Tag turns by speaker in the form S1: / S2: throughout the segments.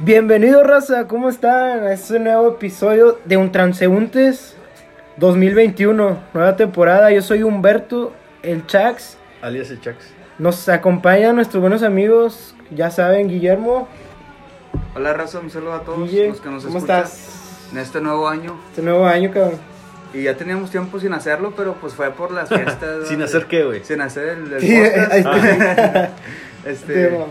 S1: Bienvenido, raza, ¿cómo están? A este nuevo episodio de Un Transeúntes 2021, nueva temporada. Yo soy Humberto, el Chax.
S2: Alias el Chax.
S1: Nos acompañan nuestros buenos amigos, ya saben, Guillermo,
S3: Hola Raza, un saludo a todos
S1: Guille,
S3: los que nos
S1: ¿cómo
S3: escuchan
S1: estás?
S3: en este nuevo año.
S1: Este nuevo año, cabrón.
S3: Y ya teníamos tiempo sin hacerlo, pero pues fue por las fiestas.
S2: ¿Sin hacer qué, güey?
S3: Sin hacer el, el
S1: Sí,
S3: podcast.
S1: ahí está.
S3: Este,
S1: Te mamas.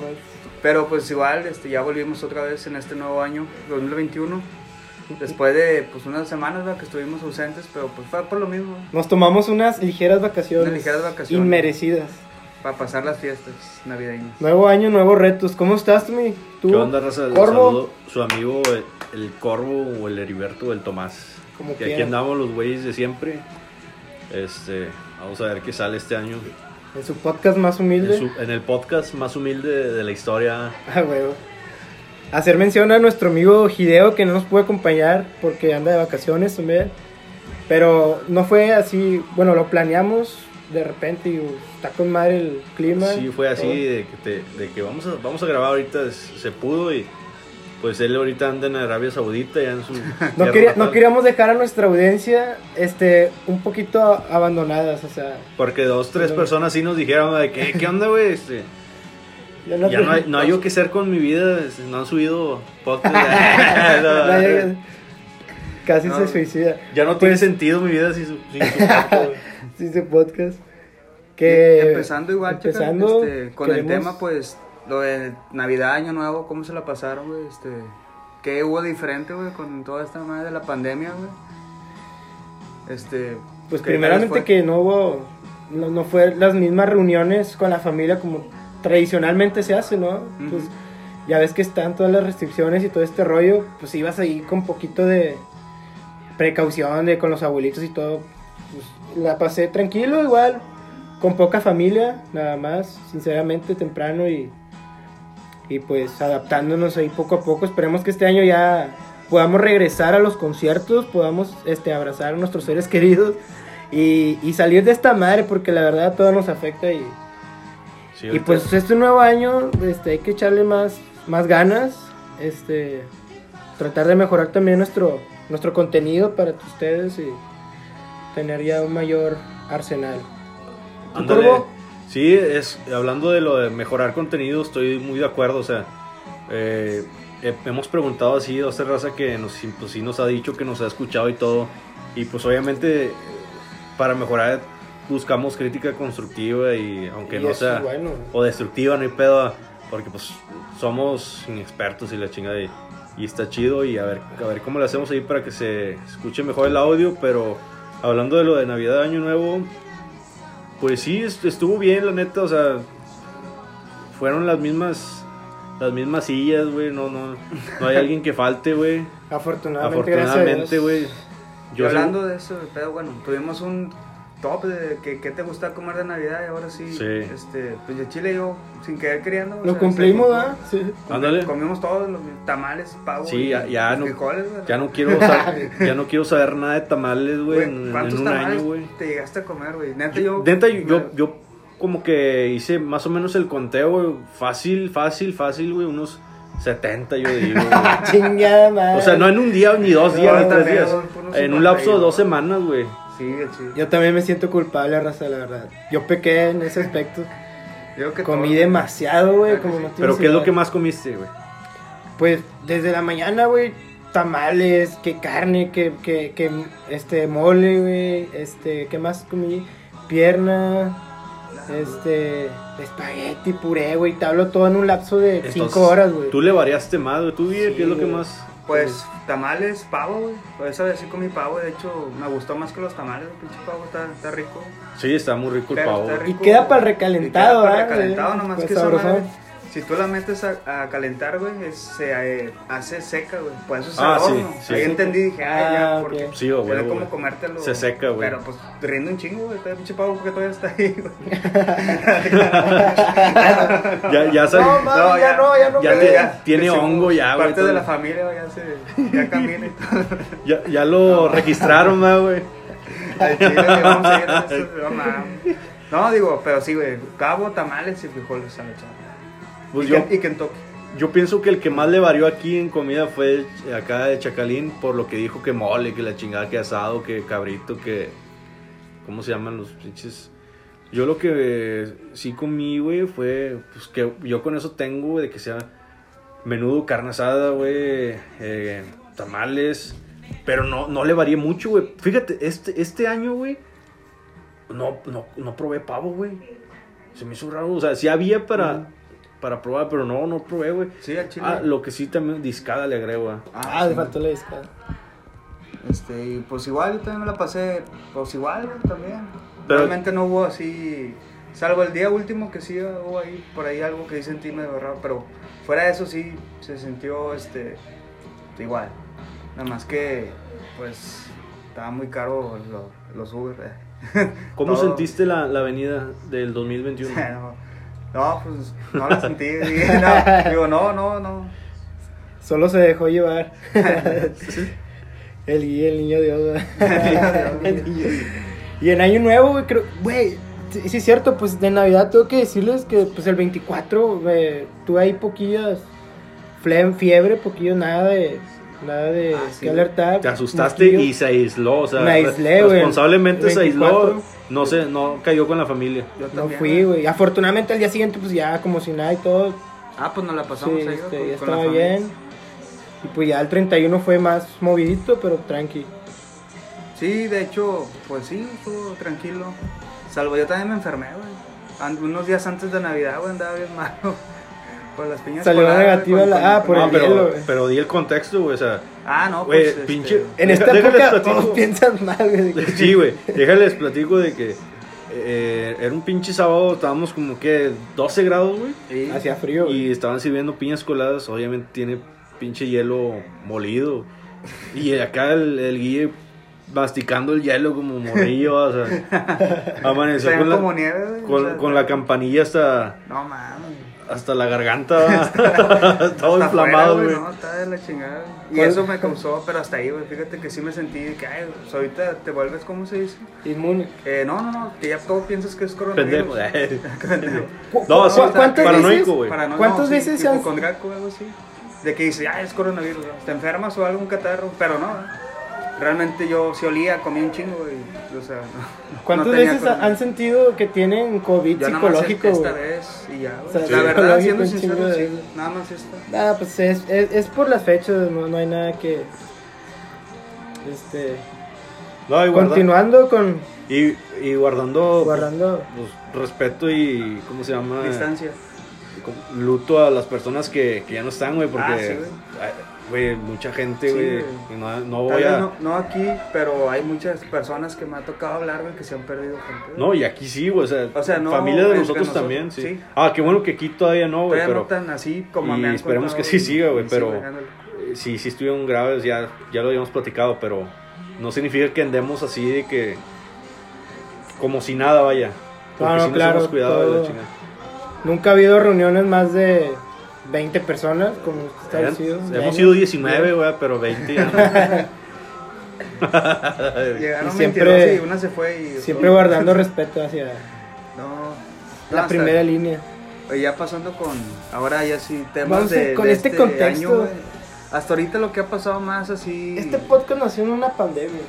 S3: pero pues igual, este, ya volvimos otra vez en este nuevo año, 2021. Después de pues unas semanas ¿verdad? que estuvimos ausentes, pero pues fue por lo mismo,
S1: Nos tomamos unas ligeras vacaciones.
S3: Unas ligeras vacaciones.
S1: Inmerecidas.
S3: para pasar las fiestas navideñas.
S1: Nuevo año, nuevos retos. ¿Cómo estás, mi? ¿Tú?
S2: ¿Qué onda, raza? Les
S1: Corvo.
S2: saludo su amigo, el, el Corvo o el Heriberto o el Tomás.
S1: Como
S2: y aquí
S1: quieran.
S2: andamos los güeyes de siempre. Este, vamos a ver qué sale este año.
S1: En su podcast más
S2: En,
S1: humilde.
S2: su- en el podcast más humilde de, de la historia.
S1: Ah, huevo. Hacer mención a nuestro amigo Hideo que no nos pudo acompañar porque anda de vacaciones también. Pero no fue así, bueno, lo planeamos de repente y uh, está con madre el clima.
S2: Sí, fue así
S1: todo.
S2: de que, te- de que vamos, a, vamos a grabar ahorita, se se pudo y pues él ahorita anda en Arabia Saudita, ya en su...
S1: No,
S2: tierra
S1: quería-
S2: natal.
S1: no queríamos dejar a nuestra audiencia este, un poquito abandonadas, o sea,
S2: Porque dos, tres personas sí nos dijeron de que, ¿qué onda, güey? Este,
S1: ya no,
S2: Ya no hay, no hay yo que hacer con mi vida, es- no han subido podcast. Ya,
S1: no Pues- hay-
S2: no,
S1: casi
S3: No.
S1: se suicida.
S2: ya no tiene sentido mi vida sin su, sin su podcast, güey.
S1: Sí, ese podcast. Que
S3: empezando igual, checa,
S1: empezando,
S3: este, con el
S1: queremos-
S3: tema pues lo de Navidad, Año Nuevo, ¿cómo se la pasaron, güey? Este, ¿Qué hubo diferente, güey, con toda esta madre de la pandemia, güey? Este,
S1: Pues
S3: ¿qué tal
S1: primeramente
S3: fue?
S1: que no hubo, no, no fue las mismas reuniones con la familia como tradicionalmente se hace, ¿no? Pues ya ves que están todas las restricciones y todo este rollo, pues ibas ahí con poquito de precaución de con los abuelitos y todo. Pues, la pasé tranquilo igual, con poca familia, nada más, sinceramente temprano y, y pues adaptándonos ahí poco a poco. Esperemos que este año ya podamos regresar a los conciertos, podamos este, abrazar a nuestros seres queridos y, y salir de esta madre porque la verdad todo nos afecta y, y
S2: Sí, ahorita-
S1: pues este nuevo año este, hay que echarle más, más ganas, este, tratar de mejorar también nuestro, nuestro contenido para ustedes y tener ya un mayor arsenal. ¿Tú,
S2: ándale.
S1: Corvo?
S2: Sí, es, hablando de lo de mejorar contenido, estoy muy de acuerdo, o sea, eh, he- hemos preguntado así a esta raza que nos, pues, sí nos ha dicho que nos ha escuchado y todo, y pues obviamente eh, para mejorar buscamos crítica constructiva y aunque
S1: Y
S2: no
S1: eso
S2: sea...
S1: es bueno.
S2: o destructiva, no hay pedo, porque pues somos inexpertos y la chingada y, y está chido y a ver, a ver cómo le hacemos ahí para que se escuche mejor el audio, pero hablando de lo de Navidad, Año Nuevo, pues sí, est- estuvo bien, la neta, o sea, fueron las mismas las mismas sillas, güey, no no no hay alguien que falte, güey.
S1: Afortunadamente, gracias a
S2: Afortunadamente,
S1: Dios.
S2: güey.
S3: Y
S2: Yo
S3: hablando de eso, pero bueno, tuvimos un top de que, qué te gusta comer de Navidad y ahora sí,
S2: Sí.
S3: este, pues de Chile yo, sin querer queriendo. o
S1: Lo
S3: sea,
S1: cumplimos,
S3: se-
S1: ¿ah? Sí.
S3: cum-
S2: Ándale.
S3: Comimos todos los tamales, pavo.
S2: Sí, ya- ya
S3: y
S2: no-
S3: frijoles, güey.
S2: ya no quiero saber, ya no quiero saber nada de tamales, güey,
S3: Güey,
S2: en, en
S3: ¿Cuántos
S2: un
S3: tamales
S2: año, güey.
S3: te llegaste a comer, güey? Neta, yo.
S2: Denta, yo, yo, yo como que hice más o menos el conteo, güey. Fácil, fácil, fácil, güey. Unos 70, yo digo. güey.
S1: Chingada madre.
S2: O sea, no en un día, ni dos
S1: No,
S2: días, ni
S1: ahorita
S2: tres
S3: me
S2: días.
S3: voy por unos
S2: En
S3: 50
S2: un lapso de
S3: y-
S2: dos semanas, güey.
S3: Sí, el chile. Yo
S1: Yo también me siento culpable, raza, la verdad. Yo pequé en ese aspecto.
S3: creo que
S1: Comí
S3: todo.
S1: demasiado, güey,
S3: Claro que
S1: como
S3: sí.
S1: no tienes
S2: Pero ¿qué es lo
S1: idea.
S2: que más comiste, güey?
S1: Pues desde la mañana, güey, tamales, que carne, que, que, que este mole, güey, este, ¿qué más comí? Pierna, este, espagueti, puré, güey, te hablo todo en un lapso de
S2: Entonces,
S1: cinco horas, güey.
S2: Tú le variaste más, güey. Tú, Guille,
S1: Sí,
S2: ¿qué es lo que
S1: güey.
S2: más...?
S3: Pues tamales, pavo, güey. Por Esa vez sí comí pavo, de hecho me gustó más que los tamales, el pinche pavo está, está rico.
S2: Sí, está muy rico el
S3: Pero
S2: pavo.
S3: está
S2: güey.
S1: Y
S3: rico.
S1: queda pa'l recalentado,
S3: Y queda pa'l
S1: ¿verdad, güey?
S3: recalentado, nomás
S1: Pues
S3: que esa
S1: sabrosón.
S3: madre, si tú la metes a, a calentar, güey, es- se eh, hace seca, güey. Por eso es
S2: Ah,
S3: al
S2: sí,
S3: horno.
S2: sí.
S3: Ahí entendí, dije, ah,
S1: Ah,
S3: ya, porque
S1: ok.
S2: Sí, güey,
S3: era
S2: güey.
S3: como comértelo.
S2: Se seca, güey.
S3: Pero pues rinde un chingo, güey, está el pinche pavo porque todavía está ahí, güey.
S2: Ya, ya sal-
S1: No, ma- ya no, ya no
S2: ya
S1: me
S2: te-
S1: digas.
S2: tiene
S3: Decimos,
S2: hongo ya, güey.
S3: Parte de
S2: todo.
S3: la familia, güey, ya se, ya camina y todo.
S2: Ya, ya lo registraron, ma, güey.
S3: Al chile, güey, vamos a ir a eso, no, mames. No, digo, pero sí, güey. Cabo, tamales y frijoles a la chava.
S2: Pues
S3: y,
S2: yo...
S3: Ken- y Kentucky.
S2: Yo pienso que el que más le varió aquí en comida fue el- acá de Chacalín por lo que dijo que mole, que la chingada, que asado, que cabrito, que... ¿Cómo se llaman los pinches? Yo lo que eh, sí comí, güey, fue... Pues que yo con eso tengo, güey, de que sea menudo, carne asada, güey, eh, tamales. Pero no, no le varié mucho, güey. Fíjate, este, este año, güey, no, no, no probé pavo, güey. Se me hizo raro. O sea, sí había para, para probar, pero no, no probé, güey.
S3: Sí, al chile.
S2: Ah, lo que sí también, discada le agrego, ah.
S1: Ah,
S3: sí.
S1: le faltó la discada.
S3: Este, y pues igual yo también me la pasé, pues igual güey, también.
S2: Pero-
S3: Realmente no hubo así, salvo el día último que sí hubo ahí, por ahí algo que sí sentí medio raro, pero fuera de eso sí se sintió este, igual. Nada más que, pues, estaba muy caro lo- los Uber. eh.
S2: ¿Cómo
S3: Todo.
S2: sentiste la, la venida del 2021?
S1: Ah,
S3: no, no, pues no la sentí. dije, no, digo, no, no, no.
S1: Solo se dejó llevar. el guía, el niño Dios. ¿verdad?
S3: El niño
S1: y en Año Nuevo, güey, creo. Güey, sí, sí es cierto, pues de Navidad tengo que decirles que pues el 24 me, tuve ahí poquillas flem, fiebre, poquillo, nada de. Nada de
S3: Ah, sí.
S1: que alertar.
S2: Te asustaste
S1: poquillo.
S2: y se aisló, o sea,
S1: Me aislé, güey.
S2: responsablemente se aisló.
S1: 24.
S2: No sé, no cayó con la familia.
S3: Yo
S1: No
S3: también,
S1: fui, güey. Afortunadamente al día siguiente, pues ya como si nada y todo.
S3: Ah, pues nos la pasamos
S1: Sí,
S3: ahí
S1: este, ya
S3: con- con la
S1: estaba
S3: familia.
S1: bien. Y pues ya el 31 fue más movidito, pero tranqui.
S3: Sí, de hecho, pues sí, estuvo tranquilo. Salvo yo también me enfermé, güey. An- Unos días antes de Navidad, güey, andaba bien malo. Por las piñas
S1: Salió
S3: coladas, güey,
S1: negativa
S3: con-
S1: la-
S3: con-
S1: ah,
S3: con-
S1: por
S2: No,
S1: el hielo,
S2: pero,
S1: güey.
S2: pero di el contexto, güey, o sea,
S3: Ah, no,
S2: güey,
S3: pues. este,
S2: pinche-
S1: En
S2: Deja-
S1: esta
S2: déjales
S1: época
S2: platico.
S1: todos piensan mal, güey. de que-
S2: Sí, güey. Déjales platico de que eh, era un pinche sábado, estábamos como que 12 grados, güey.
S3: este, sí.
S1: Hacía frío, güey.
S2: Y estaban sirviendo piñas coladas, obviamente tiene pinche hielo molido. Y acá el, el guille masticando el hielo como morrillo, o sea, amaneció
S3: Traían
S2: con la,
S3: como nieve, güey,
S2: con-
S3: o sea,
S2: con la campanilla hasta,
S3: No mames.
S2: hasta la garganta, todo
S3: Hasta
S2: inflamado,
S3: afuera,
S2: güey.
S3: No, está de la chingada. güey. Y
S1: ¿Cuál-
S3: eso me causó, pero hasta ahí, güey. Fíjate que sí me sentí de que, ay, pues, ahorita te vuelves, ¿cómo se dice?
S1: Inmune.
S3: Eh, no, no, no, que ya todo piensas que es coronavirus.
S2: Pendejo. eh.
S3: Pendejo.
S1: ¿Cu-
S2: No,
S1: cu-
S2: sí,
S1: ¿Cuántas
S2: paranoico,
S1: veces?
S2: güey.
S3: Para no-
S1: ¿Cuántas
S3: no, sí,
S1: veces
S3: tipo
S1: has-
S3: con Draco o algo así? De que dice, ah, es coronavirus, ¿no? te enfermas o algún catarro, pero no. ¿eh? Realmente yo sí olía, comía un chingo y, o sea, no-
S1: ¿Cuántas
S3: no tenía
S1: veces
S3: coronavirus.
S1: han sentido que tienen COVID
S3: Yo nada más
S1: psicológico,
S3: esta
S1: güey?
S3: vez y ya, güey.
S1: O sea,
S3: La verdad,
S1: psicológico
S3: siendo
S1: un chingo
S3: sincero,
S1: de
S3: sí,
S1: veces.
S3: nada más esta.
S1: Ah, pues es, es, es por las fechas, no, no hay nada que... Este...
S2: No, y, guarda-
S1: Continuando con...
S2: y- y guardando,
S1: Guardando...
S2: pues, respeto y, ¿cómo se llama?
S3: Distancia.
S2: Con- luto a las personas que, que ya no están, güey, porque,
S3: Ah, sí, güey.
S2: ay, güey, mucha gente,
S3: Sí,
S2: güey,
S3: güey.
S2: y no, no
S3: Tal
S2: voy
S3: vez
S2: a...
S3: no, no aquí, pero hay muchas personas que me ha tocado hablar, güey, que se han perdido gente. güey.
S2: No, y aquí sí, güey, o sea,
S3: O sea, no
S2: familia de
S3: entre
S2: nosotros,
S3: nosotros,
S2: también, sí.
S3: sí.
S2: Ah, qué bueno que aquí todavía no, güey,
S3: Todavía
S2: pero
S3: no tan así como
S2: y
S3: me han
S2: esperemos
S3: contado,
S2: que sí siga, güey, pero-
S3: ándale.
S2: eh, sí, sí estuvieron graves, ya, ya lo habíamos platicado, pero no significa que andemos así de que, como si nada, vaya.
S3: Ah,
S2: Porque
S1: No, no,
S2: sí nos
S1: claro,
S2: hemos cuidado de
S1: todo-
S2: la chingada.
S1: Nunca ha habido reuniones más de 20 personas, como está
S2: Eran-
S1: dicido.
S2: hemos sido 19, güey, pero 20 ya no.
S3: Llegaron
S1: Y
S3: 22
S1: siempre-
S3: y una se fue y...
S1: Siempre guardando respeto hacia
S3: No.
S1: la
S3: hasta-
S1: primera línea.
S3: Oye, Pues Ya pasando con, ahora ya sí, temas
S1: Vamos
S3: de,
S1: con
S3: de
S1: este contexto.
S3: año, güey. hasta ahorita lo que ha pasado más así...
S1: Este podcast nació en una pandemia.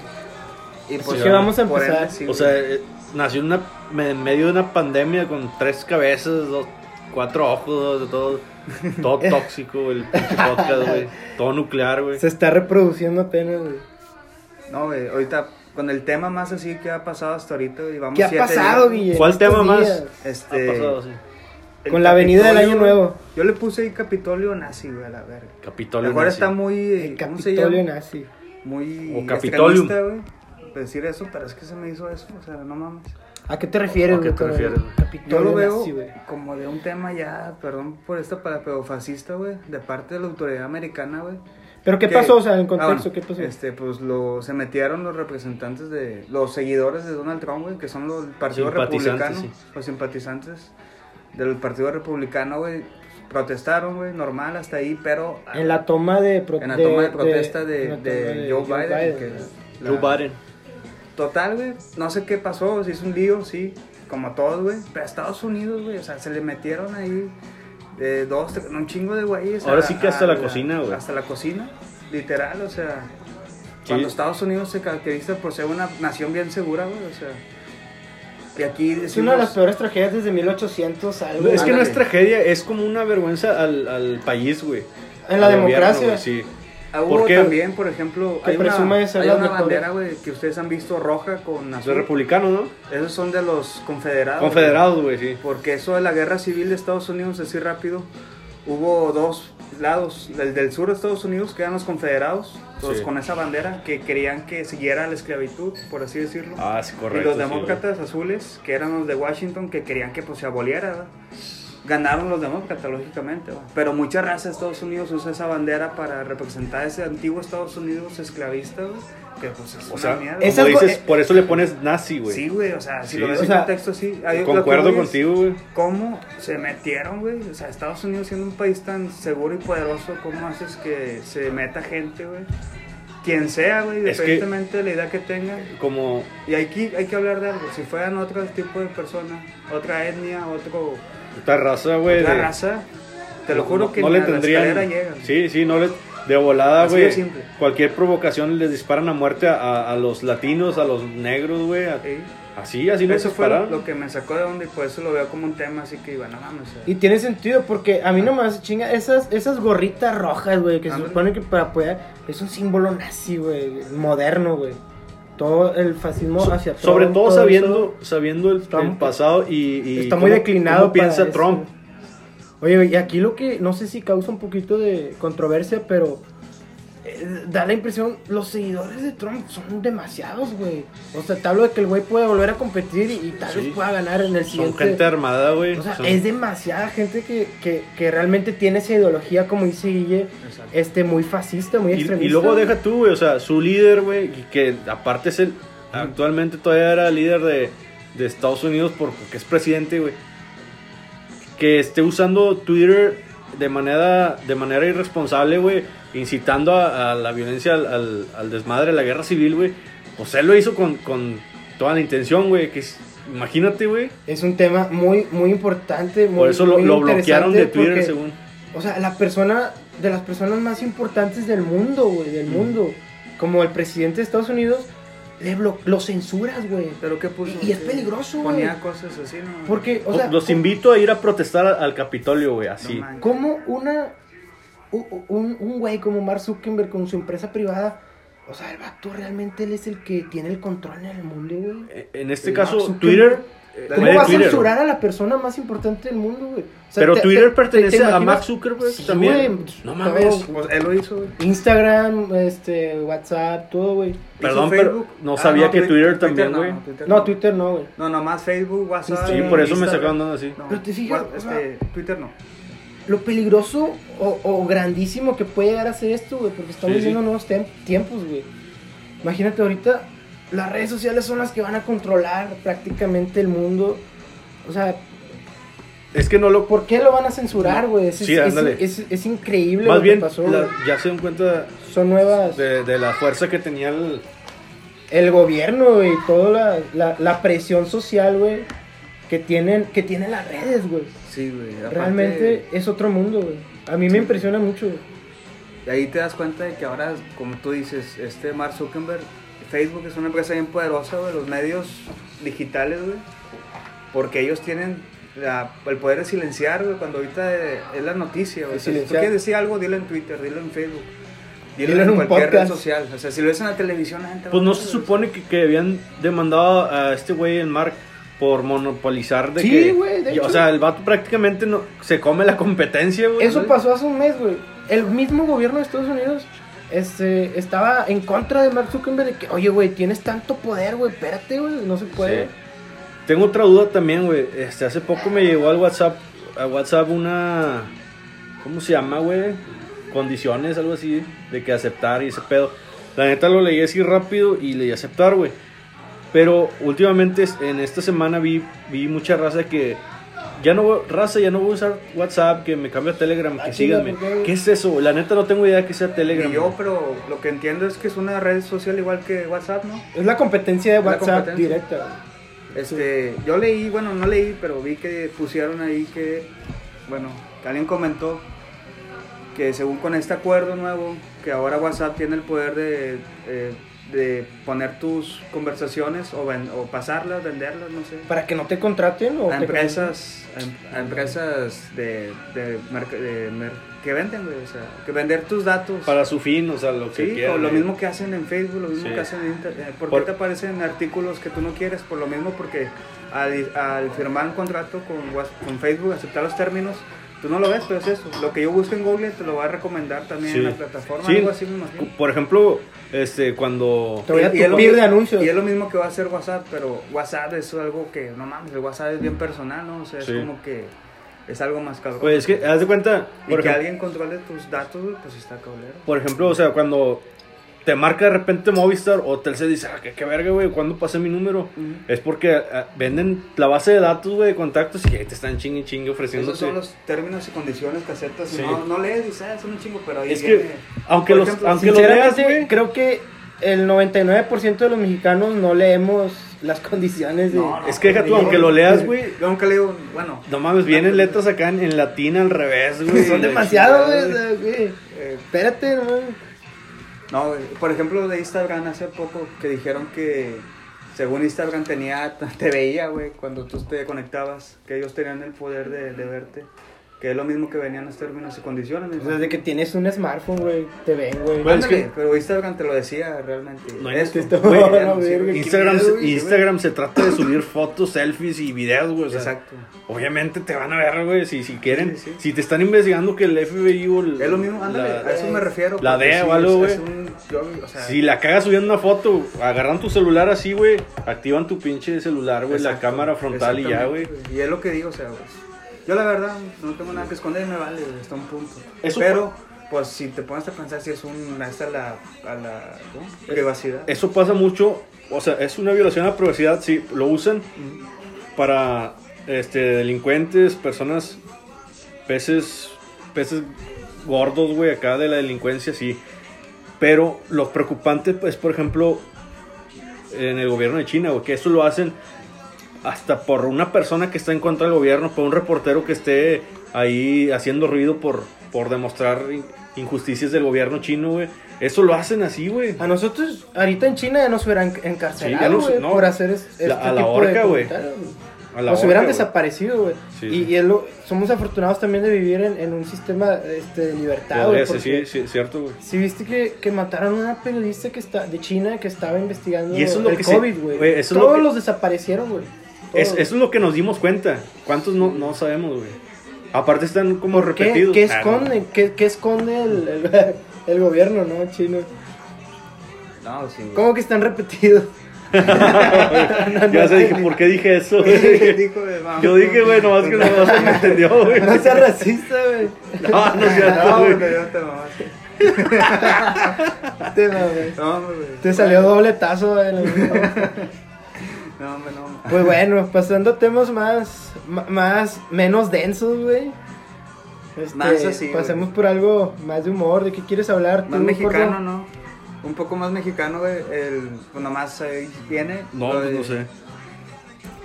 S3: y
S1: así que vamos a
S3: por ende,
S1: empezar.
S3: sí,
S2: O
S3: güey.
S2: sea, eh, nació en una, me- en medio de una pandemia con tres cabezas, dos, cuatro ojos, de todo, todo tóxico, güey, el pinche podcast, güey. Todo nuclear, güey.
S1: Se está reproduciendo apenas, güey.
S3: No, güey, ahorita con el tema más así que ha pasado hasta ahorita y vamos
S1: ¿Qué ha
S3: siete
S1: pasado,
S3: días,
S1: Guille? en
S2: ¿Cuál
S1: estos
S2: tema más?
S1: días?
S3: Este,
S2: Ha pasado así.
S3: el
S1: Con la venida del
S3: Capitolio,
S1: Año Nuevo.
S3: Yo le puse ahí Capitolio Nazi, güey, a la verga.
S2: Capitolio.
S3: Mejor
S2: nazi.
S3: está muy,
S1: El
S3: ¿cómo se llama?
S1: Capitolio nazi.
S3: Muy
S2: O Capitolium.
S3: extremista, güey, decir eso, pero es que se me hizo eso, o sea, no mames.
S1: ¿A qué te refieres,
S2: ¿A qué
S1: güey,
S2: te
S1: con el
S2: refieres, güey?
S1: Capitolio
S3: Yo lo veo
S1: nazi, güey?
S3: como de un tema ya, perdón por esta palabra, pero fascista, güey, de parte de la autoridad americana, güey.
S1: ¿Pero qué
S3: Que-
S1: pasó? O sea, en
S3: Ah,
S1: contexto,
S3: bueno,
S1: ¿qué pasó?
S3: Este, pues lo, se metieron los representantes de, los seguidores de Donald Trump, güey, que son los del Partido
S2: Simpatizantes,
S3: Republicano,
S2: sí.
S3: los simpatizantes del Partido Republicano, güey, protestaron, güey, normal hasta ahí, pero...
S1: En la toma de, pro-
S3: en la toma de protesta de,
S1: en la
S3: de
S1: toma de
S3: Joe, Biden. que la-
S2: Joe Biden.
S3: Total, güey, no sé qué pasó, se hizo un lío, sí, como todos, güey, pero a Estados Unidos, güey, o sea, se le metieron ahí de dos, tres, un chingo de güeyes.
S2: Ahora
S3: a-
S2: sí que hasta
S3: a
S2: la cocina, güey.
S3: Hasta la cocina, literal, o sea.
S2: Sí.
S3: Cuando Estados Unidos se caracteriza por ser una nación bien segura, güey, o sea. Y aquí
S1: Es una de las
S3: decimos,
S1: peores tragedias desde 1800 algo.
S2: Es que no
S3: Ándale.
S2: es tragedia, es como una vergüenza al, al país, güey.
S1: En la
S2: Al gobierno,
S1: democracia.
S2: güey, sí.
S3: Ah, hubo
S2: ¿Por qué?
S3: también, por ejemplo,
S1: Que
S3: hay una,
S1: presume de ser
S3: hay
S1: las
S3: una
S1: mejores.
S3: bandera, güey, que ustedes han visto roja con
S2: Soy
S3: azul.
S2: republicano, ¿no?
S3: Esos son de los confederados. Ah, güey.
S2: Confederados, güey, sí.
S3: Porque eso de la guerra civil de Estados Unidos, así rápido, hubo dos lados. El del sur de Estados Unidos, que eran los confederados, los
S2: Sí.
S3: con esa bandera, que querían que siguiera la esclavitud, por así decirlo.
S2: Ah, sí, correcto.
S3: y los
S2: sí, güey.
S3: demócratas azules, que eran los de Washington, que querían que pues, se aboliera. ¿verdad? Ganaron los demócratas, lógicamente. ¿verdad? Pero mucha raza de Estados Unidos usa esa bandera para representar ese antiguo Estados Unidos esclavista, ¿verdad? que pues es
S2: o
S3: una
S2: sea,
S3: mierda.
S2: como
S1: Es algo-
S2: dices,
S1: eh,
S2: por eso le pones nazi, güey.
S3: Sí, güey, o sea, si
S2: Sí,
S3: lo ves
S2: o
S3: en
S1: sea,
S3: contexto, sí. Ahí lo que
S2: Concuerdo
S3: voy es
S2: contigo, güey.
S3: ¿Cómo se metieron, güey? O sea, Estados Unidos siendo un país tan seguro y poderoso, ¿cómo haces que se meta gente, güey? Quien sea, güey,
S2: Es que-
S3: independientemente de la edad que tenga.
S2: Como
S3: Y aquí hay que hablar de algo. Si fueran otro tipo de personas, otra etnia, otro,
S2: esta raza, güey.
S3: otra
S2: de-
S3: raza, te lo juro que
S2: no
S3: ni
S2: le
S3: a
S2: tendrían.
S3: la escalera llegan.
S2: sí, sí, no le. De volada,
S3: Así
S2: güey.
S3: de simple.
S2: Cualquier provocación les disparan a muerte a, a- a los latinos, a los negros, güey. a-
S3: Ey,
S2: Así, así nos
S3: Eh, Eso fue lo,
S2: dispararon.
S3: lo que me sacó de onda y por eso lo veo como un tema así que iba, no mames. o sea,
S1: Y tiene sentido porque a mí no me hace chinga esas, esas gorritas rojas, güey, que se
S3: Ándale.
S1: supone que para apoyar es un símbolo nazi, güey, moderno, güey. Todo el fascismo
S2: So-
S1: hacia
S2: sobre
S1: Trump,
S2: todo
S1: eso.
S2: sabiendo, sabiendo el,
S1: Trump.
S2: el pasado y, y
S1: Está muy declinado
S2: cómo piensa
S1: para eso.
S2: Trump.
S1: Oye, y aquí lo que no sé si causa un poquito de controversia, pero eh, da la impresión, los seguidores de Trump son demasiados, güey. O sea, te hablo de que el güey puede volver a competir y, y tal
S2: Sí.
S1: vez pueda ganar en el
S2: Son
S1: siguiente.
S2: gente armada, güey.
S1: o sea,
S2: Son-
S1: es demasiada gente que, que, que realmente tiene esa ideología, como dice Guille,
S3: exacto.
S1: este, muy fascista, muy
S2: y- y,
S1: extremista.
S2: luego
S1: güey.
S2: deja tú, güey, o sea, su líder, güey, y que aparte es el, actualmente todavía era líder de, de Estados Unidos por- porque es presidente, güey. Que esté usando Twitter de manera, de manera irresponsable, güey, incitando a, a la violencia, al, al- al desmadre, a la guerra civil, güey. Pues él lo hizo con, con toda la intención, güey, que es- imagínate, güey.
S1: Es un tema muy, muy importante. Muy,
S2: Por eso lo,
S1: muy
S2: lo bloquearon de
S1: interesante
S2: Twitter,
S1: porque,
S2: según.
S1: O sea, la persona, de las personas más importantes del mundo, güey,
S2: Mm.
S1: del mundo. Como el presidente de Estados Unidos, le blo- lo censuras, güey.
S3: Pero qué puso.
S1: Y- y es
S3: ¿Qué?
S1: peligroso, güey.
S3: Ponía cosas así, ¿no?
S1: Porque, o sea,
S2: Los
S1: co-
S2: invito a ir a protestar al Capitolio, güey, así.
S3: manches.
S1: como una, u- un, un güey como Mark Zuckerberg con su empresa privada, o sea, el vato realmente él es el que tiene el control en el mundo, güey.
S2: Eh, en este
S1: El
S2: caso,
S1: Mark
S2: Twitter. eh,
S1: ¿Cómo
S2: fue de
S1: va a
S2: Twitter,
S1: censurar a la persona más importante del mundo, güey? O sea,
S2: Pero
S1: te-
S2: Twitter
S1: te- te- ¿te
S2: pertenece a
S1: imaginas?
S2: Mark Zuckerberg
S1: Sí,
S2: también.
S1: güey.
S2: No mames.
S3: Pues él lo hizo, güey.
S1: Instagram, este, WhatsApp, todo, güey.
S2: Perdón,
S3: Hizo
S2: pero
S3: Facebook.
S2: no
S3: Ah,
S2: sabía
S3: no,
S2: que
S3: Twi-
S2: Twitter
S3: Twitter
S2: también,
S3: no,
S2: güey.
S3: no, Twitter
S1: No,
S3: no.
S1: Twitter no, güey.
S3: No, nomás Facebook, WhatsApp.
S2: Sí, por eso me
S3: Instagram.
S2: sacaron así.
S3: No,
S1: Pero te fijas,
S3: bueno,
S1: o sea-
S3: este, Twitter no.
S1: Lo peligroso o, o grandísimo que puede llegar a ser esto, güey, porque estamos
S2: Sí, sí.
S1: viviendo nuevos tem- tiempos, güey. Imagínate ahorita, las redes sociales son las que van a controlar prácticamente el mundo. O sea,
S2: Es que no lo.
S1: ¿por qué lo van a censurar, güey? Es,
S2: Sí,
S1: es-
S2: ándale.
S1: es- es increíble
S2: Más
S1: lo que
S2: bien,
S1: pasó,
S2: la-
S1: güey.
S2: ya se dan cuenta
S1: Son nuevas.
S2: de, de la fuerza que tenía el.
S1: el gobierno y toda la, la- la presión social, güey, que tienen, que tienen las redes, güey.
S3: Sí, güey. aparte,
S1: Realmente es otro mundo, güey. A mí me impresiona mucho, güey.
S3: Ahí te das cuenta de que ahora, como tú dices, este Mark Zuckerberg, Facebook es una empresa bien poderosa, güey. Los medios digitales, güey. Porque ellos tienen la- el poder de silenciar, güey. Cuando ahorita eh, es la noticia, güey.
S1: De
S3: O sea, si tú
S1: silenciar.
S3: quieres decir algo, dilo en Twitter, dilo en Facebook. Dilo,
S1: Dilo en
S3: en
S1: un
S3: cualquier red
S1: podcast.
S3: social. O sea, si lo ves en la televisión, la gente va
S2: Pues
S3: a
S2: no
S3: ver,
S2: se
S3: güey.
S2: supone que, que habían demandado a este güey, el Mark, por monopolizar de
S1: Sí,
S2: que.
S1: güey, de
S2: y- O
S1: hecho.
S2: sea, el vato prácticamente no, se come la competencia, güey.
S1: Eso pasó hace un mes, güey. El mismo gobierno de Estados Unidos este, estaba en contra de Mark Zuckerberg de que, oye, güey, tienes tanto poder, güey, espérate, güey, no se puede.
S2: Sí. Tengo otra duda también, güey. Este, hace poco me llegó al WhatsApp, a WhatsApp una, ¿cómo se llama, güey? Condiciones, algo así, de que aceptar y ese pedo. La neta lo leí así rápido y leí aceptar, güey. Pero últimamente es- en esta semana vi, vi mucha raza que ya no voy- raza ya no voy a usar WhatsApp, que me cambio a Telegram,
S1: Ah,
S2: que
S1: chinga,
S2: síganme.
S1: ¿por qué?
S2: ¿Qué es eso? güey? La neta no tengo idea que sea Telegram.
S3: Ni yo,
S2: güey.
S3: pero lo que entiendo es que es una red social igual que WhatsApp, ¿no?
S1: Es la competencia de
S3: La
S1: WhatsApp
S3: competencia.
S1: directa, güey.
S3: Este, yo leí, bueno, no leí, pero vi que pusieron ahí que, bueno, alguien comentó que según con este acuerdo nuevo, que ahora WhatsApp tiene el poder de, eh, de poner tus conversaciones o, ven- o pasarlas, venderlas, no sé.
S1: Para que no te contraten o
S3: A
S1: te
S3: empresas, a em- a empresas de, de merc- de mer- que venden, güey, o sea, que vender tus datos.
S2: Para su fin, o sea, lo que
S3: Sí,
S2: quieran,
S3: o lo
S2: eh.
S3: mismo que hacen en Facebook, lo mismo
S2: Sí.
S3: que hacen en Internet. ¿Por,
S2: Por-
S3: qué te aparecen artículos que tú no quieres? Por lo mismo, porque al, al firmar un contrato con, Whats- con Facebook, aceptar los términos, tú no lo ves, pero es eso. Lo que yo busco en Google te lo va a recomendar también
S2: Sí.
S3: en la plataforma,
S2: Sí.
S3: algo así me imagino.
S2: Por ejemplo, este, cuando...
S1: Te voy a
S3: Y- y es lo
S1: tupir
S3: mi-
S1: de anuncios.
S3: Y es lo mismo que va a hacer WhatsApp, pero WhatsApp es algo que, no mames, el WhatsApp es bien personal, ¿no? O sea, es
S2: Sí.
S3: como que es algo más cabrón.
S2: Pues es que, haz de cuenta,
S3: y
S2: por,
S3: que
S2: ejem-
S3: alguien controle tus datos, güey, pues está cabrón.
S2: por ejemplo, o sea, cuando te marca de repente Movistar o Telcel dice, ah, qué, qué verga, güey, ¿cuándo pasé mi número? Es porque ah, venden la base de datos, güey, de contactos y ahí te están chingue chingue ofreciendo.
S3: Esos son los términos y condiciones que aceptas. y
S2: Sí.
S3: No, no lees y sabes, son un chingo, pero ahí
S2: Es
S3: viene-
S2: que, aunque
S3: Por
S2: los-
S3: ejemplo,
S2: aunque- que lo
S1: Sinceramente,
S2: veas, güey.
S1: creo que el 99% de los mexicanos no leemos las condiciones de...
S3: No, no,
S2: Es que deja tú,
S3: yo-
S2: aunque lo leas, güey,
S3: Yo nunca leo, bueno,
S2: no mames, vienen letras acá en, en latín al revés, güey.
S1: Son
S2: la
S1: demasiado, güey.
S2: chingada,
S1: o sea, güey.
S3: eh,
S1: Espérate, no.
S3: no, güey. por ejemplo, de Instagram hace poco que dijeron que según Instagram tenía, te veía, güey, cuando tú te conectabas, que ellos tenían el poder de, de verte, que es lo mismo que venían los términos y condiciones.
S1: O sea, desde que tienes un smartphone, güey, te ven, güey.
S2: Bueno,
S3: Ándale,
S2: es que-
S3: pero Instagram te lo decía realmente.
S2: No hay
S3: Esto,
S1: esto,
S3: güey,
S1: la
S3: ya no sirve.
S1: verga. Qué
S2: Instagram,
S1: miedo, güey.
S2: Instagram se trata de subir fotos, selfies y videos, güey. o sea,
S3: Exacto.
S2: Obviamente te van a ver, güey, si, si quieren.
S3: Sí, sí.
S2: Si te están investigando que el FBI o el-
S3: Es lo mismo, ándale,
S2: la-
S3: a eso me refiero.
S2: la
S3: porque
S2: DEA o
S3: sí,
S2: algo,
S3: es-
S2: güey.
S3: es un- yo, o sea,
S2: Si la cagas subiendo una foto, agarran tu celular así, güey, activan tu pinche celular, güey, la
S3: Exacto,
S2: cámara frontal y ya, güey.
S3: exactamente, Y es lo que digo, o sea, güey. Yo la verdad no tengo nada que esconder, me vale, güey, hasta un punto.
S2: Eso-
S3: Pero, pues si te pones a pensar si es un es a la, a la ¿cómo? privacidad.
S2: Eso pasa mucho, o sea, es una violación a la privacidad, sí, lo usan para este, delincuentes, personas, peces, peces gordos, güey, acá de la delincuencia, sí. Pero lo preocupante es, por ejemplo, en el gobierno de China, güey, que eso lo hacen hasta por una persona que está en contra del gobierno, por un reportero que esté ahí haciendo ruido por, por demostrar in- injusticias del gobierno chino, güey. Eso lo hacen así, güey.
S1: A nosotros, ahorita en China ya nos hubieran
S2: ya
S1: encarcelado,
S2: los-
S1: güey,
S2: no.
S1: por hacer es- este
S2: La- a la
S1: tipo de
S2: horca, güey.
S1: comentarios, güey.
S2: A la
S1: Nos hubieran
S2: horca, güey.
S1: desaparecido, güey.
S2: Sí,
S1: y
S2: sí.
S1: y es lo- somos afortunados también de vivir en, en un sistema este, de libertad, güey.
S2: Podría ser,
S1: porque-
S2: sí, sí, cierto, güey.
S1: Sí, viste que, que mataron a una periodista que está, de China que estaba investigando
S2: Y eso es lo
S1: el
S2: que se-
S1: COVID, güey.
S2: güey, eso es
S1: Todos
S2: lo que-
S1: los desaparecieron, güey.
S2: Es-
S1: Todos.
S2: eso es lo que nos dimos cuenta. ¿Cuántos no, no sabemos, güey? Aparte están como repetidos.
S1: ¿Qué, qué
S2: Ah, no.
S1: esconde, qué, qué esconde el, el- el gobierno, no, chino?
S3: No, sí. güey.
S1: ¿Cómo que están repetidos? No,
S2: ya
S1: no
S2: se dije,
S1: tiene-
S2: ¿por qué dije eso?
S3: Dijo, güey, vamos,
S2: Yo dije, güey, nomás que no se me entendió, güey.
S1: No seas racista, güey.
S2: No, no es cierto,
S3: No,
S2: güey.
S3: güey, no te mamaste.
S1: Te, no, güey.
S3: No, güey.
S1: Te salió doble tazo, güey. la verdad.
S3: No, hombre, no. hombre.
S1: Pues bueno, pasando a temas más, ma- más, menos densos, güey. Este,
S3: Más así,
S1: Pasemos por algo más de humor, ¿de qué quieres hablar?
S3: Más
S1: tú,
S3: mexicano,
S1: Jorge?
S3: ¿no? Un poco más mexicano, güey. El, pues nomás ahí viene.
S2: No,
S3: lo
S2: pues
S3: de-
S2: no sé.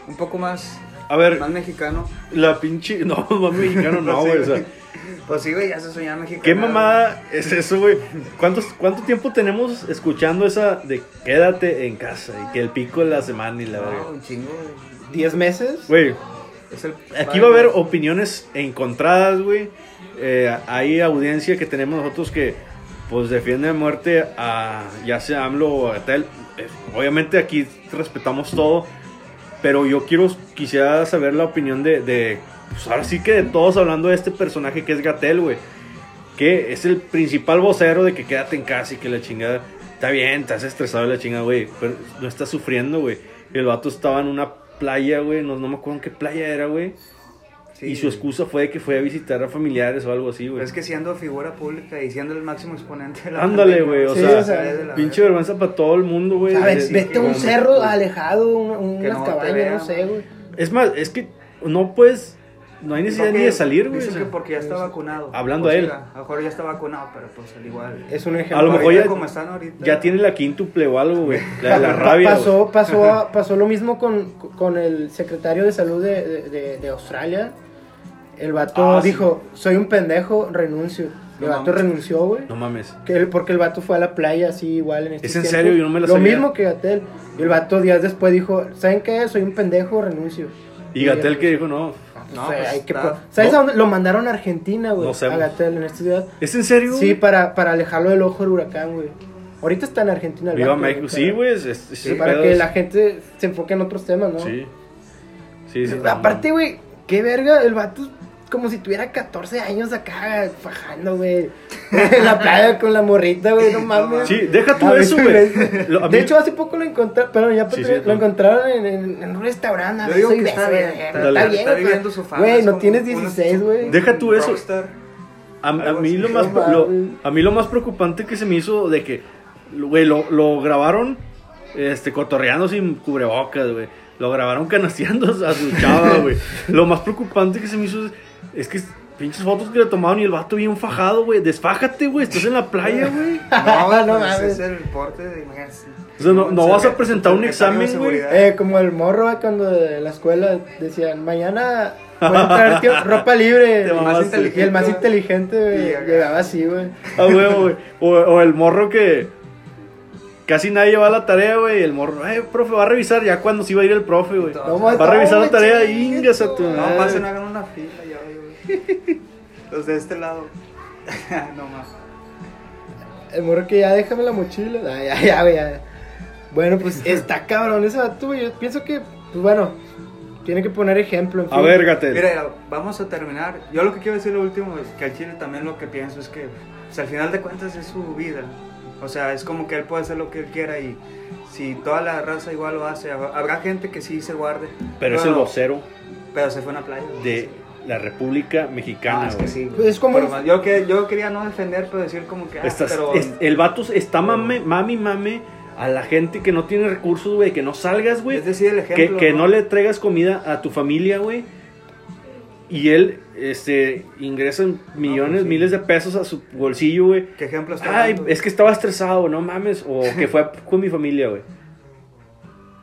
S3: Un poco más,
S2: A ver,
S3: más mexicano.
S2: la pinche. No, más mexicano, no,
S3: Sí,
S2: güey. o sea,
S3: Pues sí, güey, ya se soñaba mexicano.
S2: ¿Qué mamada es eso, güey? ¿Cuántos, ¿Cuánto tiempo tenemos escuchando esa de quédate en casa y que el pico de la semana y la
S3: No,
S2: verga?
S3: Ah, un chingo, güey.
S1: ¿Diez meses?
S2: Güey,
S3: Es el-
S2: Aquí va a haber opiniones encontradas, güey. Eh, hay audiencia que tenemos nosotros que pues defiende a muerte a ya sea AMLO o a tal. Eh, Obviamente aquí respetamos todo, pero yo quiero quisiera saber la opinión de, de pues ahora sí que de todos hablando de este personaje que es Gatel, güey. Que es el principal vocero de que quédate en casa y que la chingada. Está bien, estás estresado de la chingada, güey. Pero no estás sufriendo, güey. El vato estaba en una playa, güey. No, no me acuerdo en qué playa era, güey.
S3: Sí,
S2: y su
S3: güey.
S2: excusa fue que fue a visitar a familiares o algo así, güey.
S3: Pero es que siendo figura pública y siendo el máximo exponente de la
S2: Ándale,
S3: pandemia,
S2: güey, o
S1: sea,
S3: es de la
S2: Pinche
S3: verga.
S2: vergüenza para todo el mundo,
S1: O
S2: güey.
S1: sea,
S2: De-
S1: ves-
S2: de-
S1: vete a un
S2: como-
S1: cerro alejado, una- unas
S3: no te
S1: cabañas,
S3: vean,
S1: no sé, güey.
S2: Es más, es que no puedes. No hay necesidad
S3: Porque
S2: ni de salir, güey.
S3: Dicen
S2: o sea.
S3: que porque ya está vacunado.
S2: Hablando
S3: Pues
S2: a él.
S3: sí, A lo mejor ya está vacunado, pero pues al igual.
S1: Es un ejemplo.
S2: A lo mejor
S3: Ahorita
S2: ya-
S3: como están ahorita.
S2: Ya tiene la quíntuple o algo, güey. La, la
S1: Pa-
S2: rabia. güey.
S1: Pasó, pasó, a- pasó lo mismo con, con el secretario de salud de, de- de- de Australia. El vato
S2: Ah, sí.
S1: dijo, soy un pendejo, renuncio. El
S3: No
S1: vato
S3: mames.
S1: renunció, güey.
S2: No mames.
S1: Que él- porque el vato fue a la playa así igual en este
S2: ¿Es en serio? Yo no me la
S1: Lo
S2: sabía.
S1: mismo que Gatel. Y el vato días después dijo, ¿saben qué? Soy un pendejo, renuncio.
S2: Y Gatel que dijo, no.
S1: No,
S3: No, pues,
S1: hay que
S3: está-
S1: pro- ¿Sabes
S2: no.
S1: a dónde? Lo mandaron a Argentina, güey.
S2: No sé,
S1: a
S2: güey.
S1: Gatel en estos días.
S2: ¿Es en serio?
S1: Sí, para, para alejarlo del ojo del huracán, güey. Ahorita está en Argentina. el
S2: Viva
S1: vato,
S2: México.
S1: para-
S2: Sí, güey. es- es-
S1: sí,
S2: ese
S1: para
S2: pedo
S1: que
S2: es-
S1: la gente se enfoque en otros temas, ¿no?
S2: Sí. Sí, sí.
S1: Aparte, güey, qué verga, el vato es como si tuviera 14 años acá fajando, güey. En la playa con la morrita, güey, no mames.
S2: Sí, deja tú
S1: A
S2: eso, güey.
S1: veces-
S2: Lo- a mí-
S1: De hecho, hace poco lo encontraron, perdón, ya
S2: Sí,
S1: Patri-
S2: sí,
S1: lo
S2: no.
S1: encontraron en, en- en un restaurante. a
S3: Yo digo
S1: veces,
S3: que está
S1: güey,
S3: bien,
S1: güey,
S3: está
S1: pero
S2: bien,
S3: está
S1: güey,
S3: viviendo su fama,
S1: Güey,
S3: es
S1: no
S3: como
S1: tienes
S3: un-
S1: 16, güey.
S2: Deja tú eso.
S3: Rockstar.
S2: A, a
S3: Algo
S2: mí
S3: así.
S2: lo más,
S1: No
S2: lo-
S1: mames.
S2: a mí lo más preocupante que se me hizo de que, güey, lo, lo grabaron este, cotorreando sin cubrebocas, güey. Lo grabaron canasteando a su chava, güey. Lo más preocupante que se me hizo es, es que pinches fotos que le tomaron y el vato bien fajado, güey. Desfájate, güey. Estás en la playa, güey.
S3: No,
S1: No
S3: no pues,
S1: mames.
S3: es el porte de imagínate.
S2: O sea, no- no
S3: Se
S2: vas a
S3: ve-
S2: presentar un
S3: secretario de
S2: examen, güey.
S3: seguridad.
S1: Eh, como el morro güey, cuando de la escuela decían, mañana pueden traer tío- ropa libre.
S2: Te mamaste.
S1: Y el más inteligente güey,
S3: Y acá.
S1: llegaba así, güey.
S2: Ah, güey, güey. O, o el morro que casi nadie lleva la tarea, güey. y El morro, eh, profe, va a revisar ya cuando sí va a ir el profe, güey.
S3: Entonces,
S1: No,
S3: Va a
S1: mames,
S2: revisar la
S1: no,
S2: tarea,
S1: chingues,
S2: ingas a tu
S1: güey.
S2: madre.
S3: No, pasen, hagan una fila ya, güey. Los de este lado. no más.
S1: El morro que ya déjame la mochila. Ah, ya, ya, güey, ya. Bueno, pues está cabrón ese vato, güey. Yo pienso que, pues bueno, tiene que poner ejemplo. en
S2: A
S1: fin.
S2: ver, Gatel.
S3: Mira, vamos a terminar. Yo lo que quiero decir lo último es que al chile también lo que pienso es que pues, al final de cuentas es su vida. O sea, es como que él puede hacer lo que él quiera y si toda la raza igual lo hace, hab- habrá gente que sí se guarde.
S2: Pero es el vocero
S3: Pero se fue a una playa. güey.
S2: de la República
S3: Ah,
S2: Mexicana,
S3: es que
S2: güey.
S3: sí. güey.
S1: Pues es como-
S3: Pero más- yo, que, yo quería no defender, pero decir como que. ah,
S2: Estás-
S3: pero,
S2: es- el vato está mame, mami, mame a la gente que no tiene recursos, güey. Que no salgas, güey.
S3: es decir, el
S2: que,
S3: ejemplo.
S2: que no le traigas comida a tu familia, güey. Y él este, ingresa millones,
S3: pues sí.
S2: miles de pesos a su bolsillo, güey.
S3: ¿Qué ejemplo está
S2: Ay,
S3: dando?
S2: Ah, es que estaba estresado, no mames. O que fue con mi familia, güey.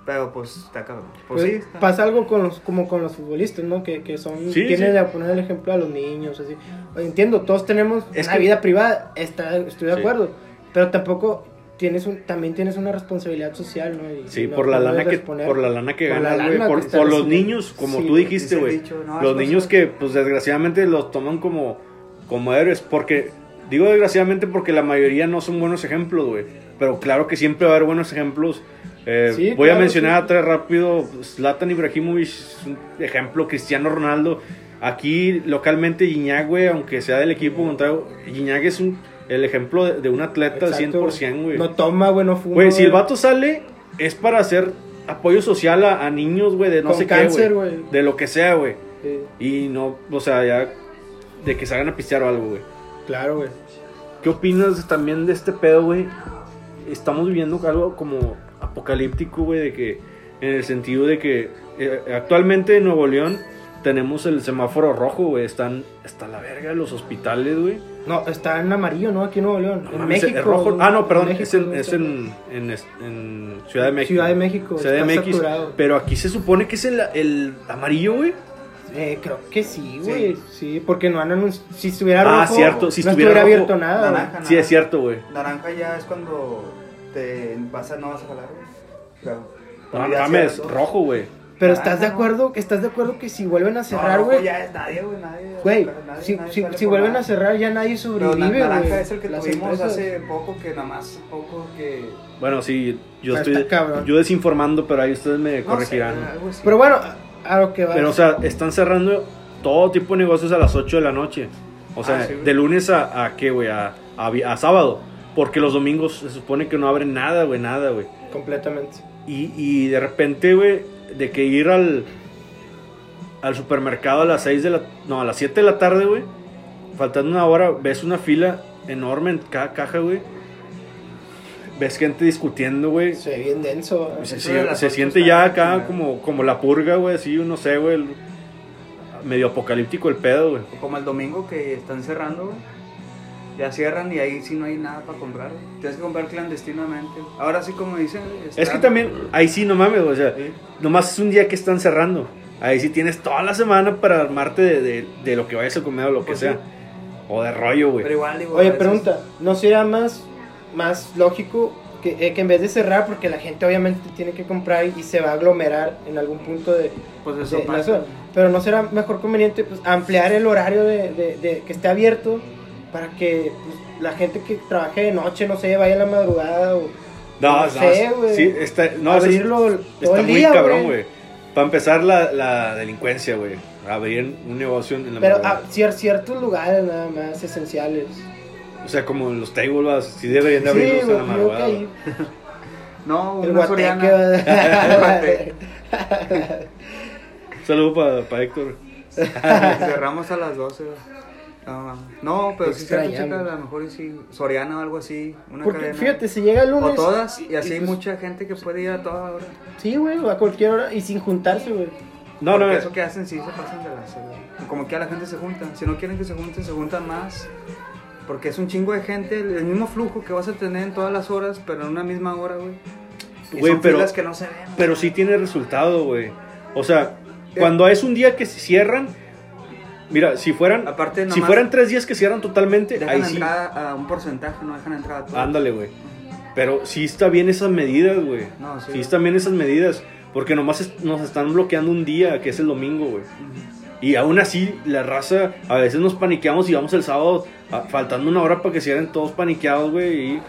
S3: Pero pues está cabrón.
S1: Pues,
S3: Pues, sí, está.
S1: pasa algo con los, como con los futbolistas, ¿no? Que, que son,
S2: Sí,
S1: tienen
S2: sí.
S1: a poner el ejemplo a los niños, así. Oye, Entiendo, todos tenemos
S2: Es
S1: una
S2: que-
S1: vida privada, está, estoy de
S2: Sí.
S1: acuerdo, pero tampoco tienes un, también tienes una responsabilidad social, ¿no? Y-
S2: Sí,
S1: y no-
S2: por la
S1: no
S2: lana
S1: debes
S2: que
S1: poner-
S2: por la lana que
S1: por la
S2: ganas,
S1: lana
S2: güey,
S1: que
S2: por,
S1: estás
S2: por los
S1: recibiendo.
S2: niños, como
S1: Sí,
S2: tú dijiste,
S3: dice el
S2: güey.
S3: dicho, no,
S2: los
S3: es
S2: niños
S3: cosa-
S2: que pues desgraciadamente los toman como como héroes porque digo desgraciadamente porque la mayoría no son buenos ejemplos, güey. Pero claro que siempre va a haber buenos ejemplos. Eh,
S1: Sí,
S2: voy a
S1: claro,
S2: mencionar
S1: sí.
S2: a tres rápido. pues, Zlatan Ibrahimovic es un ejemplo. Cristiano Ronaldo. Aquí localmente Gignac, güey, aunque sea del equipo contrario, Gignac es un, el ejemplo de, de un atleta al
S1: Exacto,
S2: 100%, güey.
S1: No toma, güey, no fuma.
S2: Güey, si el vato sale, es para hacer apoyo social a, a niños, güey, de no
S1: Con
S2: sé
S1: cáncer,
S2: qué,
S1: güey.
S2: güey. De lo que sea, güey.
S1: Sí,
S2: Y no, o sea, ya de que salgan a pistear o algo, güey.
S1: claro, güey.
S2: ¿Qué opinas también de este pedo, güey? Estamos viviendo algo como apocalíptico, güey, de que en el sentido de que eh, actualmente en Nuevo León tenemos el semáforo rojo, güey, están hasta la verga los hospitales, güey.
S1: No, está en amarillo, ¿no? Aquí en Nuevo León.
S2: No
S1: en
S2: mames,
S1: México.
S2: es rojo.
S1: güey.
S2: Ah, no, perdón,
S1: México,
S2: es, en,
S1: güey,
S2: es
S1: está-
S2: en, en es- en Ciudad de México.
S1: Ciudad de México,
S2: Ciudad de
S1: está
S2: México.
S1: saturado.
S2: Pero aquí se supone que es el, el amarillo, güey.
S1: Eh, creo que sí,
S3: Sí.
S1: güey. Sí. porque no han anunciado. Si estuviera rojo.
S2: Ah, cierto, si
S1: no
S2: estuviera
S1: estuviera
S2: rojo,
S1: abierto nada. güey.
S3: naranja.
S2: Sí, es cierto, güey.
S3: Naranja ya es cuando te vas a, no vas a jalar. güey. Claro.
S2: No
S3: Ya
S2: mames,
S3: cierras, ¿no?
S2: rojo, güey.
S1: Pero
S3: Ah,
S1: estás de
S3: no.
S1: acuerdo, estás de acuerdo que si vuelven a cerrar,
S3: No,
S1: güey.
S3: ya es nadie, güey, nadie.
S1: güey,
S3: nadie-
S1: si,
S3: nadie
S1: si-
S3: sale
S1: si
S3: por
S1: vuelven
S3: nada.
S1: a cerrar ya nadie
S3: Pero na-
S1: sobrevive,
S3: naranja
S1: güey.
S3: es el que
S1: Las
S3: tuvimos
S1: empresas.
S3: hace poco, que nada más poco que.
S2: Bueno, sí, yo
S1: Ah,
S2: estoy
S1: está cabrón.
S2: yo desinformando, pero ahí ustedes me
S3: no sé,
S2: corregirán.
S3: algo así.
S1: Pero bueno, a lo que va.
S2: pero, o sea, están cerrando todo tipo de negocios a las 8 de la noche. O sea,
S3: Ah, sí, güey.
S2: de lunes a, a qué, güey, a, a vi- a sábado. Porque los domingos se supone que no abren nada, güey, nada, güey.
S1: completamente.
S2: Y, y de repente, güey, de que ir al, al supermercado a las 6 de la... No, a las 7 de la tarde, güey. Faltando una hora, ves una fila enorme en cada caja, güey. Ves gente discutiendo, güey.
S1: Se ve bien denso. güey.
S2: Se,
S3: Eso
S2: se-
S3: de las
S2: se
S3: ocho
S2: siente
S3: está
S2: ya
S3: bien
S2: acá
S3: chingado.
S2: como, como la purga, güey. Así, no sé, güey. el- Medio apocalíptico el pedo, güey.
S3: Como el domingo que están cerrando, güey. Ya cierran y ahí sí no hay nada para comprar. güey. Tienes que comprar clandestinamente. Ahora sí, como dicen.
S2: Es que también, ahí sí, no mames, güey. O sea, nomás es un día que están cerrando. Ahí sí tienes toda la semana para armarte de, de- de lo que vayas a comer o lo que
S3: Pues sí.
S2: sea. O de rollo, güey.
S3: Pero igual, digo. a
S1: Oye,
S3: veces-
S1: pregunta, ¿no sería más, más lógico que, eh, que en vez de cerrar, porque la gente obviamente tiene que comprar y, y se va a aglomerar en algún punto de,
S3: Pues
S1: de
S3: eso
S1: la
S3: pasa.
S1: zona, pero no será mejor conveniente pues, ampliar el horario de, de- de- que esté abierto para que pues, la gente que trabaje de noche, no sé, vaya a la madrugada o
S2: No,
S1: No
S2: no,
S1: sé, güey.
S2: sí, está, no, sí,
S1: abrirlo todo
S2: está
S1: el
S2: muy
S1: día,
S2: cabrón,
S1: güey.
S2: güey. Para empezar la, la delincuencia, güey. Abrir un negocio en la
S1: Pero
S2: madrugada.
S1: a cier- ciertos lugares nada más esenciales.
S2: O sea, como los table bars, sí deberían de
S1: ah, Sí,
S2: abrirlos en la
S1: güey, creo que
S2: madrugada.
S1: ahí
S3: No,
S1: el
S3: una
S1: guateque
S3: soriana.
S1: va-
S2: güey. Saludo para Héctor.
S3: Cerramos a las 12. güey. No, mames. no, pero si se
S1: Extrañamos.
S3: chica, a lo mejor y sí, Soriana o algo así, una
S1: Porque
S3: cadena.
S1: fíjate, si llega el lunes.
S3: o todas, y así hay
S1: pues,
S3: mucha gente que puede ir a toda hora.
S1: Sí, güey, o a cualquier hora y sin juntarse, güey.
S2: No,
S3: Porque
S2: no,
S3: Eso que hacen, sí se pasan de las. Como que a la gente se junta. Si no quieren que se junten, se juntan más. Porque es un chingo de gente, el el mismo flujo que vas a tener en todas las horas, pero en una misma hora, güey. Y
S2: Güey,
S3: son
S2: pero-
S3: filas que no se ven.
S2: pero sí tiene resultado, güey. O sea,
S1: Eh.
S2: cuando es un día que se cierran, mira, si fueran,
S3: Aparte,
S2: si
S3: nomás-
S2: fueran tres días que cierran totalmente,
S3: Dejan
S2: ahí sí,
S3: entrada a un porcentaje, no dejan entrada a todos.
S2: ándale, güey. Pero sí está bien esas medidas, güey.
S3: No, sí.
S2: sí están bien esas medidas, porque nomás es- nos están bloqueando un día, que es el domingo, güey.
S3: Ujú.
S2: Y aún así, la raza, a veces nos paniqueamos y vamos el sábado, a- faltando una hora para que cierren todos paniqueados, güey. Y...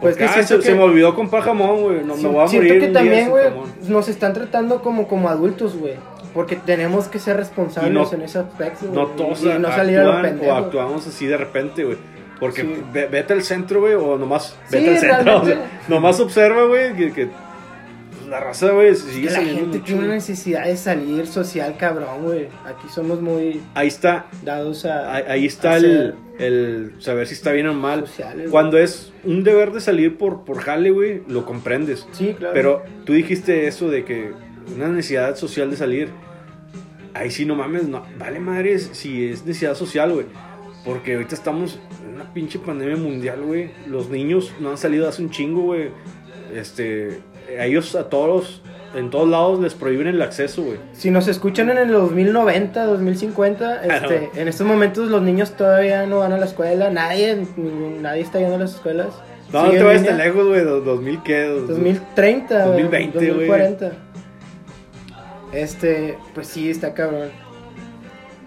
S1: Pues que
S2: Porque, ah,
S1: siento
S2: se,
S1: que-
S2: se me olvidó comprar jamón, güey. No, me
S1: Sien-
S2: voy a morir.
S1: Siento que
S2: un día
S1: también,
S2: sin
S1: güey,
S2: jamón.
S1: nos están tratando como, como adultos, güey. Porque tenemos que ser responsables
S2: Y no-
S1: en ese aspecto.
S2: No
S1: güey,
S2: todos
S1: y, y no
S2: actúan
S1: salir a lo
S2: o
S1: pendejo.
S2: actuamos así de repente, güey. Porque
S1: Sí.
S2: ve- vete al centro, güey, o nomás vete
S1: Sí,
S2: al centro. o sea,
S1: realmente.
S2: nomás observa, güey, que, que pues, la raza, güey,
S1: Que
S2: sigue
S1: la
S2: saliendo
S1: gente
S2: mucho,
S1: tiene una
S2: güey.
S1: necesidad de salir social, cabrón, güey. Aquí somos muy
S2: Ahí está,
S1: dados a.
S2: ahí, ahí está
S1: a
S2: el,
S1: ser
S2: el saber si está bien o mal.
S1: sociales,
S2: Cuando es un deber de salir por, por jale, güey, lo comprendes.
S1: güey. Sí, claro.
S2: Pero tú dijiste eso de que una necesidad social de salir. Ahí sí, no mames, no, vale madre si es necesidad social, güey. Porque ahorita estamos en una pinche pandemia mundial, güey. Los niños no han salido hace un chingo, güey. Este, a ellos a todos, en todos lados les prohíben el acceso, güey.
S1: Si nos escuchan en el 2090, 2050,
S2: Ah,
S1: este, en estos momentos los niños todavía no van a la escuela, nadie, ningún- nadie está yendo a las escuelas.
S2: No, no
S1: Siguen
S2: te vayas
S1: en
S2: tan
S1: línea.
S2: lejos, güey. dos- 2000 qué? Dos-
S1: 2030, güey,
S2: 2020, güey.
S1: 2040. Este, pues sí, está cabrón,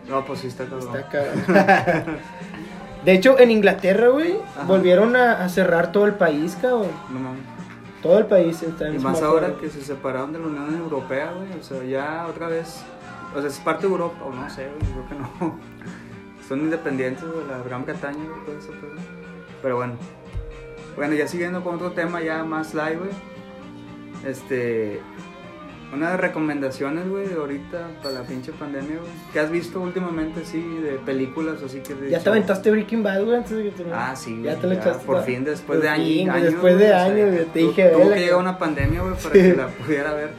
S3: No, pues sí, está todo.
S1: está cabrón. De hecho, en Inglaterra, güey,
S3: Ajá.
S1: volvieron a, a cerrar todo el país, cabrón.
S3: No mames.
S1: Todo el país está en
S3: Y
S1: su
S3: más
S1: mejor,
S3: ahora
S1: güey.
S3: que se separaron de la Unión Europea, güey. O sea, ya otra vez. O sea, es parte de Europa, o no sé, güey, creo que no. Son independientes, güey, la Gran Bretaña, güey, todo eso, pues. Pero bueno. Bueno, ya siguiendo con otro tema ya más live, güey. Este. Una de recomendaciones, güey, de ahorita para la pinche pandemia, güey. ¿Qué has visto últimamente, sí, de películas o así que... de
S1: Ya
S3: hecho-
S1: te aventaste Breaking Bad, güey, antes de que te lo-
S3: Ah, sí,
S1: Ya
S3: güey,
S1: te lo echaste.
S3: Por
S1: pa-
S3: fin, después de
S1: por
S3: años.
S1: fin,
S3: años,
S1: Después de
S3: güey, o sea,
S1: años, güey, te
S3: tu-
S1: dije,
S3: Tuvo
S1: vela,
S3: que llegar
S1: cabrón.
S3: una pandemia, güey, para que la pudiera ver.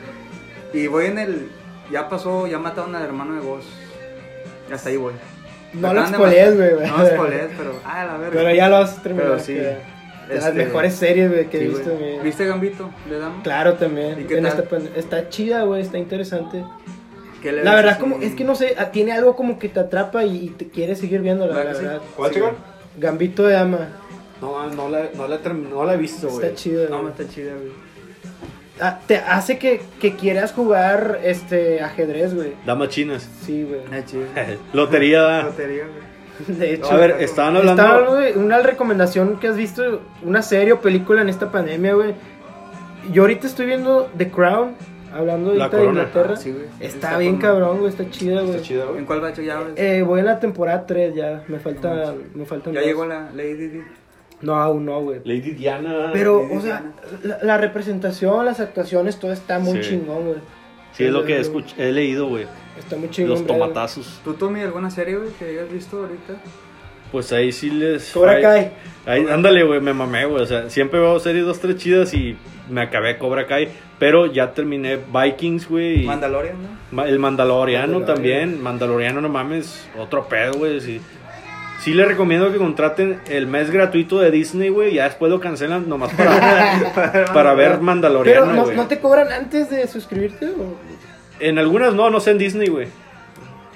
S3: Y voy en el. Ya pasó, ya mataron al hermano de vos. Y hasta ahí voy.
S1: No
S3: Acaban
S1: lo
S3: de
S1: spoilees,
S3: matar-
S1: güey.
S3: No lo spoilees, pero. Ah, la verga.
S1: Pero ya lo has terminado.
S3: Pero sí.
S1: que- de Las
S3: Este,
S1: mejores series, güey, que
S3: sí,
S1: he
S3: güey.
S1: visto, güey.
S3: ¿Viste Gambito? ¿Le damos?
S1: Claro,
S3: ¿Y
S1: también.
S3: qué
S1: En
S3: tal?
S1: esta pan- está chida, güey, está interesante. La verdad, como, es que no sé, ah, tiene algo como que te atrapa y, y te quiere seguir viendo, la,
S3: ¿Verdad que sí?
S1: verdad.
S2: ¿Cuál,
S3: Sí,
S2: chingón?
S3: güey.
S1: Gambito de Ama.
S2: No, no la, no, la, term- no la he visto, güey.
S1: Está chido,
S3: No,
S1: güey.
S3: está chida, güey.
S1: Ah, te hace que, que quieras jugar este ajedrez, güey.
S2: Damas chinas.
S1: Sí, güey.
S3: Está chida.
S2: Lotería.
S3: Lotería, güey.
S1: De hecho.
S2: A ver, estaban hablando.
S1: Estaba hablando de una recomendación que has visto, una serie o película en esta pandemia, güey. Yo ahorita estoy viendo The Crown, hablando
S2: La
S1: ahorita de
S2: corona.
S1: Inglaterra.
S3: Ah, Sí, güey.
S1: está,
S3: Está
S1: bien
S3: con-
S1: cabrón, güey, está chida, güey.
S2: Está chida, güey.
S3: ¿En cuál bacho ya ves?
S1: Eh, voy en la temporada 3 ya, me
S3: No
S1: falta,
S3: manches.
S1: me faltan
S3: ya
S1: dos.
S3: llegó la Lady Di.
S1: No, aún no, güey.
S2: Lady Diana.
S1: Pero,
S3: Lady
S1: o sea,
S3: Diana.
S1: la, la representación, las actuaciones, todo está muy
S2: Sí.
S1: chingón, güey.
S2: Sí, es lo que he, escuch- he leído, güey.
S1: Está muy chingón.
S2: Los
S1: güey.
S2: tomatazos.
S3: ¿Tú, Tommy, alguna serie, güey, que hayas visto ahorita?
S2: Pues ahí sí les.
S1: Cobra
S2: ahí-
S1: Kai.
S2: ahí- ándale, güey, me mamé, güey. O sea, siempre veo series dos, tres chidas y me acabé Cobra Kai. Pero ya terminé Vikings, güey. y
S3: Mandalorian, ¿no?
S2: Ma- El Mandaloriano
S1: Mandalorian.
S2: también. Mandaloriano, no mames. Otro pedo, güey. Sí. Sí les recomiendo que contraten el mes gratuito de Disney, güey. Ya después lo cancelan nomás para, para ver
S1: Pero
S2: Mandaloriano,
S1: ¿no,
S2: güey.
S1: ¿no te cobran antes de suscribirte? o?
S2: En algunas no, no sé en Disney, güey.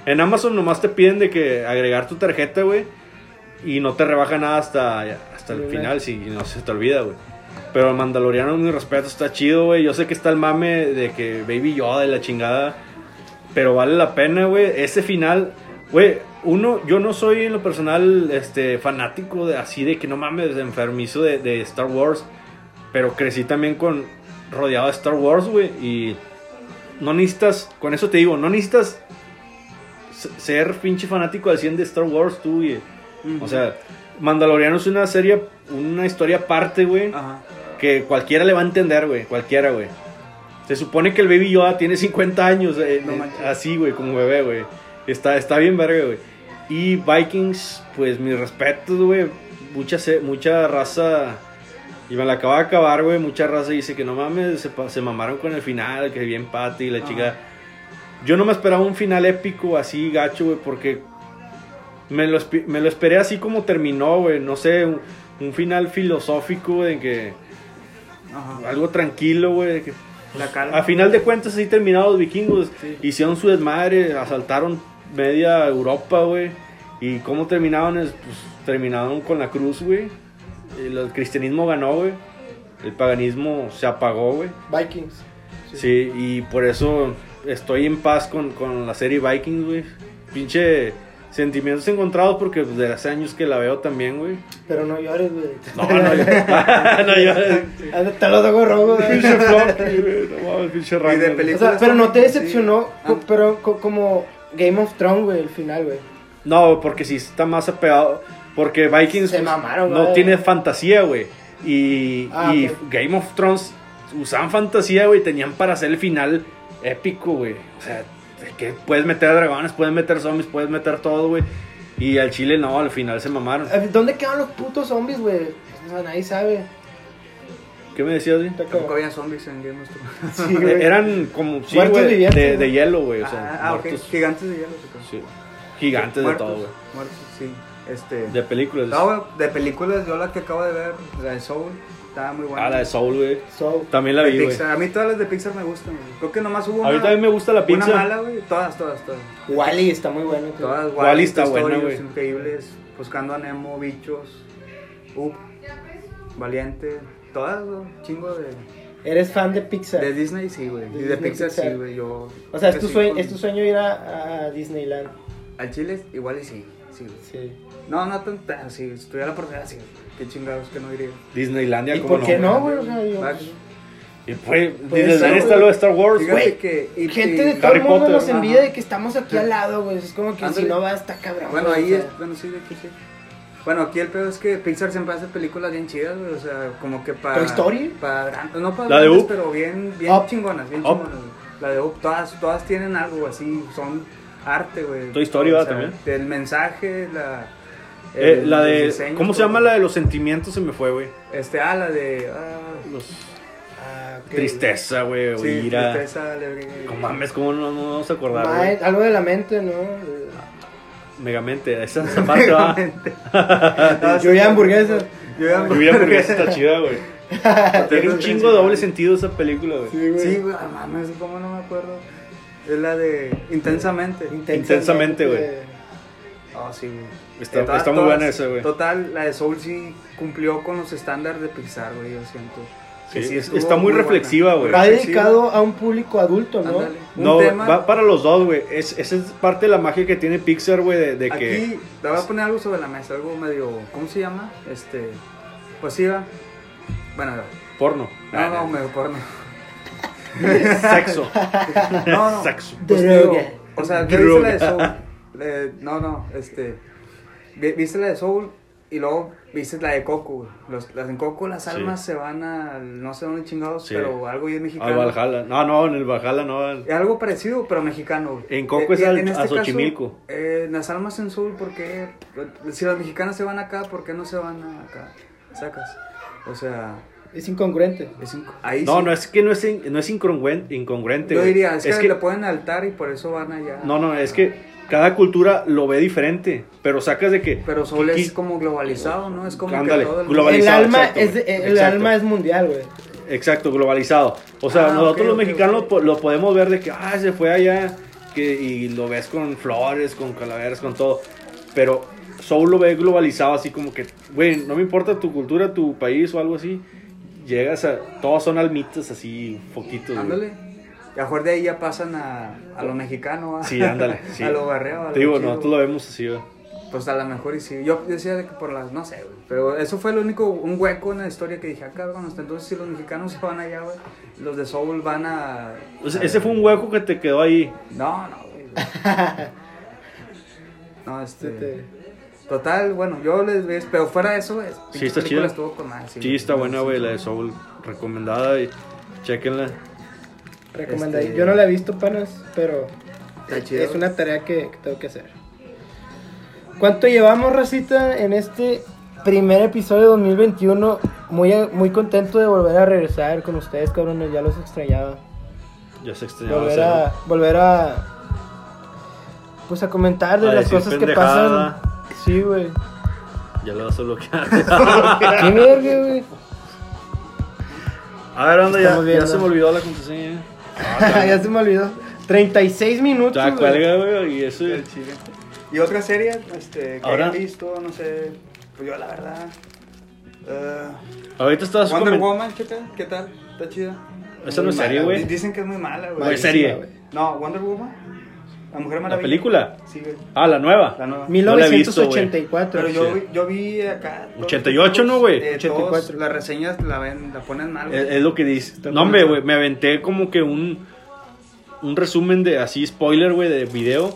S2: En Amazon nomás te piden de que agregar tu tarjeta, güey. Y no te rebaja nada hasta, hasta el
S1: Sí,
S2: final, si no se te olvida, güey. Pero el Mandaloriano, mi respeto, está chido, güey. Yo sé que está el mame de que Baby Yoda de la chingada. Pero vale la pena, güey. Ese final, güey. Uno, yo no soy en lo personal este, fanático de, así de que no mames, de enfermizo de, de Star Wars. Pero crecí también con rodeado de Star Wars, güey. Y no necesitas, con eso te digo, no necesitas se- ser pinche fanático al 100 de Star Wars, tú, güey. O sea, Mandaloriano es una serie, una historia aparte, güey,
S3: Ajá.
S2: que cualquiera le va a entender, güey, cualquiera, güey. Se supone que el Baby Yoda tiene 50 años, eh,
S3: No
S2: eh,
S3: manches.
S2: así, güey, como bebé, güey. Está, está bien verga, güey. Y Vikings, pues mis respetos, güey. Mucha, se- mucha raza. Y me la acaba de acabar, güey. Mucha raza dice que no mames, se, pa- se mamaron con el final, que bien Patty y la
S3: Ajá.
S2: chica. Yo no me esperaba un final épico así, gacho, güey, porque me lo, espe- me lo esperé así como terminó, güey. No sé, un, un final filosófico, güey, en que
S3: Ajá.
S2: algo tranquilo, güey. de que-
S3: La
S2: A
S3: cara.
S2: final de cuentas, así terminaron los vikingos.
S1: Sí.
S2: Hicieron su desmadre, asaltaron media Europa, güey. ¿Y cómo terminaron? Es, Pues terminaron con la cruz, güey. El, el cristianismo ganó, güey. El paganismo se apagó, güey.
S1: Vikings.
S2: Sí. y por eso estoy en paz con, con la serie Vikings, güey. Pinche sentimientos encontrados porque pues, de hace años que la veo también, güey.
S1: Pero no llores, güey.
S2: No, no, yo, no, yo-
S1: Te los hago robo, güey.
S2: Pinche flop, güey. No mames, pinche rango, güey.
S1: O
S3: película.
S1: sea, pero no te decepcionó,
S3: Sí. Ah.
S1: co- pero co- como Game of Thrones, güey, el final, güey.
S2: No, porque si está más apegado. Porque Vikings pues,
S1: Se mamaron,
S2: no
S1: güey.
S2: tiene fantasía, güey. Y,
S1: Ah,
S2: y
S1: ok.
S2: Game of Thrones usaban fantasía, güey. Tenían para hacer el final épico, güey. O sea, de que puedes meter dragones, puedes meter zombies, puedes meter todo, güey. Y al chile no, al final se mamaron.
S1: Eh, ¿Dónde quedan los putos zombies, güey? O sea, nadie sabe.
S2: ¿Qué me decías, güey?
S1: Está
S3: Tampoco
S1: cabrón.
S3: había zombies en Game of Thrones.
S1: Sí,
S2: Eh,
S1: güey.
S2: Eran como sí,
S1: Muertos
S2: güey,
S1: vivientes,
S2: de,
S1: ¿no?
S2: de hielo, güey. O sea,
S3: ah, ah, ok.
S2: muertos,
S3: Gigantes de hielo. supongo.
S2: sí, gigantes de
S3: Muertos,
S2: todo, güey.
S3: Muertos, sí. Este.
S2: De películas.
S3: no, güey, de películas, yo la que acabo de ver, la de Soul, estaba muy buena.
S2: ah, la de Soul, güey.
S1: So,
S2: También la
S3: De
S2: vi, güey.
S3: Pixar. A mí todas las de Pixar me gustan, güey. Creo que nomás hubo
S2: A mí
S3: una,
S2: también me gusta la
S3: una
S2: pizza.
S3: mala, güey. Todas, todas, todas.
S1: Wally está muy bueno. tío.
S3: Todas
S2: Wall-E
S3: Wall-E,
S2: está
S3: Toy Story,
S2: buena,
S3: Los
S2: güey.
S3: Increíbles, Buscando a Nemo, Bichos, Up, Valiente, todas, güey. Chingo de,
S1: Eres fan de Pixar.
S3: de Disney, sí, güey.
S1: De
S3: Y de
S1: Disney,
S3: Pixar,
S1: Pixar.
S3: sí, güey. Yo.
S1: O sea, es tu,
S3: crecí
S1: sueño,
S3: con-
S1: es tu sueño ir a, a Disneyland.
S3: Al Chile, igual y sí, sí, güey.
S1: Sí.
S3: No, no tanto, sí, si tuviera la oportunidad, sí. Qué chingados que no iría.
S2: Disneylandia,
S1: ¿Y
S2: ¿cómo
S1: por qué
S2: no? Pues
S1: no, güey? O sea, yo-
S3: Va-
S2: Y fue,
S1: Puede
S2: Disneylandia
S1: ser,
S2: está
S1: güey.
S2: lo de Star Wars,
S3: Fíjate
S2: güey.
S3: que. y-
S1: Gente
S3: y-
S1: de todo
S2: Harry
S1: el mundo
S2: Potter.
S1: nos envidia
S3: Ajá.
S1: de que estamos aquí al lado, güey. Es como que
S3: Ándale.
S1: si no va, está cabrón.
S3: Bueno,
S1: güey,
S3: ahí
S1: o sea.
S3: es, bueno, sí, de aquí sí. Bueno, aquí el pedo es que Pixar siempre hace películas bien chidas, güey, o sea, como que para...
S1: ¿Toy Story?
S3: Para, gran- no para
S2: ¿La de
S3: grandes,
S2: Up?
S3: pero bien, bien
S1: Up.
S3: chingonas, bien
S2: Up.
S3: chingonas, güey. La de Up, todas, todas tienen algo así, son arte, güey.
S2: Toy Story,
S3: O
S2: ¿verdad?
S3: sea,
S2: También.
S3: El mensaje, la...
S2: Eh,
S3: el-
S2: la
S3: los
S2: de.
S3: diseños,
S2: ¿Cómo se
S3: todo.
S2: llama la de los sentimientos? Se me fue, güey.
S3: Este, ah, la de... ah,
S2: Los-
S1: Ah, ok.
S2: Tristeza, güey, o
S3: sí,
S2: ira.
S3: tristeza, alegría.
S2: No mames, ¿cómo no, no vamos a acordar,
S1: Ma-
S2: güey?
S1: algo de la mente, ¿no? Eh,
S2: Megamente, esa esa parte va.
S3: Ah,
S1: Yo ya hamburguesas.
S3: Yo ya
S2: Yo vi la hamburguesa,
S3: hamburguesas.
S2: está chida, güey. Tiene un chingo de doble sentido esa película, güey.
S1: Sí, güey.
S3: Sí, güey, ah, mames, ¿cómo no me acuerdo? Es la de Intensamente.
S2: Intensamente, güey.
S3: Ah, sí, güey.
S2: Está-
S3: Eh, todas-
S2: está muy
S3: todas-
S2: buena esa, güey.
S3: Total, la de Soul sí cumplió con los estándares de Pixar, güey, yo siento. Que
S2: Sí,
S3: estuvo
S2: está muy
S3: buena.
S2: reflexiva, güey.
S1: Va
S3: Reflexiva.
S1: dedicado a un público adulto, ¿no?
S3: pues, Ándale. Un
S2: No,
S3: tema-
S2: va para los dos, güey. Es, esa es parte de la magia que tiene Pixar, güey, de, de que.
S3: Aquí te voy a poner algo sobre la mesa, algo medio. ¿Cómo se llama? Este. Pasiva. Bueno, no,
S2: Porno. Ah,
S3: no, no, medio porno.
S2: Sexo.
S3: No, no.
S2: Sexo.
S3: Pues,
S1: Droga.
S3: digo, o sea, yo
S2: Droga.
S3: hice la de Soul. Eh, no, no, este. vi- Viste la de Soul y luego viste la de Coco, güey. Los- las en Coco las
S2: Sí.
S3: almas se van al. No sé dónde chingados,
S2: Sí.
S3: pero algo bien mexicano.
S2: Al Valhalla. No, no, en el Valhalla no. en-
S3: Algo parecido, pero mexicano. güey.
S2: En Coco es
S3: y
S2: al-
S3: en este
S2: a Xochimilco.
S3: caso, eh, las almas en Soul, ¿por qué? Si las mexicanas se van acá, ¿por qué no se van acá? Sacas. O sea,
S1: Es incongruente.
S3: es inco- ahí
S2: No,
S3: sí.
S2: no es que no es, in- no es incongruente, incongruente
S3: Yo
S2: güey.
S3: diría, es, que, le pueden altar y por eso van allá.
S2: No, no, es que cada cultura lo ve diferente, pero sacas de que
S3: Pero Soul
S2: que-
S3: es como globalizado, ¿no? Es como
S2: Ándale,
S3: que todo el
S2: globalizado,
S1: El alma,
S2: exacto,
S1: es, de-
S2: güey.
S1: el
S2: Exacto.
S1: alma es mundial, güey.
S2: Exacto, globalizado. O sea,
S3: Ah,
S2: nosotros
S3: ok,
S2: los
S3: ok,
S2: mexicanos
S3: ok.
S2: po- Lo, podemos ver de que, ah, se fue allá que, y lo ves con flores, con calaveras, con todo. Pero Soul lo ve globalizado así como que, güey, no me importa tu cultura, tu país o algo así. Llegas a... Todos son almitas así, foquitos. güey.
S3: Ándale. Y a mejor de ahí ya pasan a, a lo mexicano, ¿va?
S2: Sí, ándale. Sí.
S3: a lo barreo, a
S2: Te
S3: lo
S2: digo,
S3: chido.
S2: nosotros lo vemos así, güey.
S3: Pues a lo mejor y sí. Yo decía de que por las, no sé, güey. Pero eso fue el único, un hueco en la historia que dije, ah, cabrón, hasta entonces si los mexicanos se van allá, güey, los de Soul van a...
S2: O sea, ese fue un hueco que te quedó ahí.
S3: No, no, güey. No, este...
S1: Se te-
S3: Total, bueno, yo les ves, pero fuera de eso, güey.
S2: Sí,
S3: pinche
S2: está
S3: película
S2: chida.
S3: Estuvo con madre, sí,
S2: Sí, está
S3: no,
S2: buena,
S3: sí,
S2: güey,
S3: sí.
S2: la de Soul. Recomendada y chequenla.
S1: Recomendadí.
S3: Este-
S1: Yo no la he visto, panas, pero
S3: Está chido.
S1: es una tarea que, que tengo que hacer. ¿Cuánto llevamos, Racita, en este primer episodio de 2021? Muy, muy contento de volver a regresar con ustedes, cabrones. Ya los extrañaba.
S2: Ya se extrañaba.
S1: Volver
S2: hacerlo.
S1: a, volver a. Pues a comentar de
S2: A
S1: las
S2: decir
S1: cosas que
S2: pendejada.
S1: pasan. Sí, güey.
S2: Ya lo vas a bloquear.
S1: ¿Qué verga, güey?
S2: A ver, anda, ya,
S1: Estamos viendo.
S2: ya se me olvidó la contraseña.
S1: ya se me olvidó. 36 minutos.
S2: Ah, Ya
S1: güey.
S2: cuelga, güey, y eso.
S3: El chile. Y otra serie, este, que
S2: Ahora-
S3: hayan visto, no sé, pues yo la verdad. eh,
S2: Ah, Ahorita estabas
S3: Wonder
S2: comen-
S3: Woman, ¿qué tal? ¿Qué tal? ¿Está chida?
S2: Esa no
S3: Muy
S2: es serie,
S3: mala,
S2: güey. Pues,
S3: Dicen que es muy mala, güey.
S2: Güey, serie.
S1: güey.
S3: No, Wonder Woman. La Mujer Maravilla.
S2: película?
S3: Sí, güey.
S2: Ah, la nueva.
S3: La nueva.
S2: No la he visto, güey.
S1: 1984.
S3: Pero yo,
S2: Sí.
S3: vi- yo vi acá. todos
S2: 88,
S3: los-
S2: ¿no, güey? Eh,
S3: eh,
S1: 84.
S3: todos Las reseñas la, ven, la ponen mal. güey.
S2: Es, es lo que dice. No, hombre, güey, me aventé como que un, un resumen de así, spoiler, güey, de video.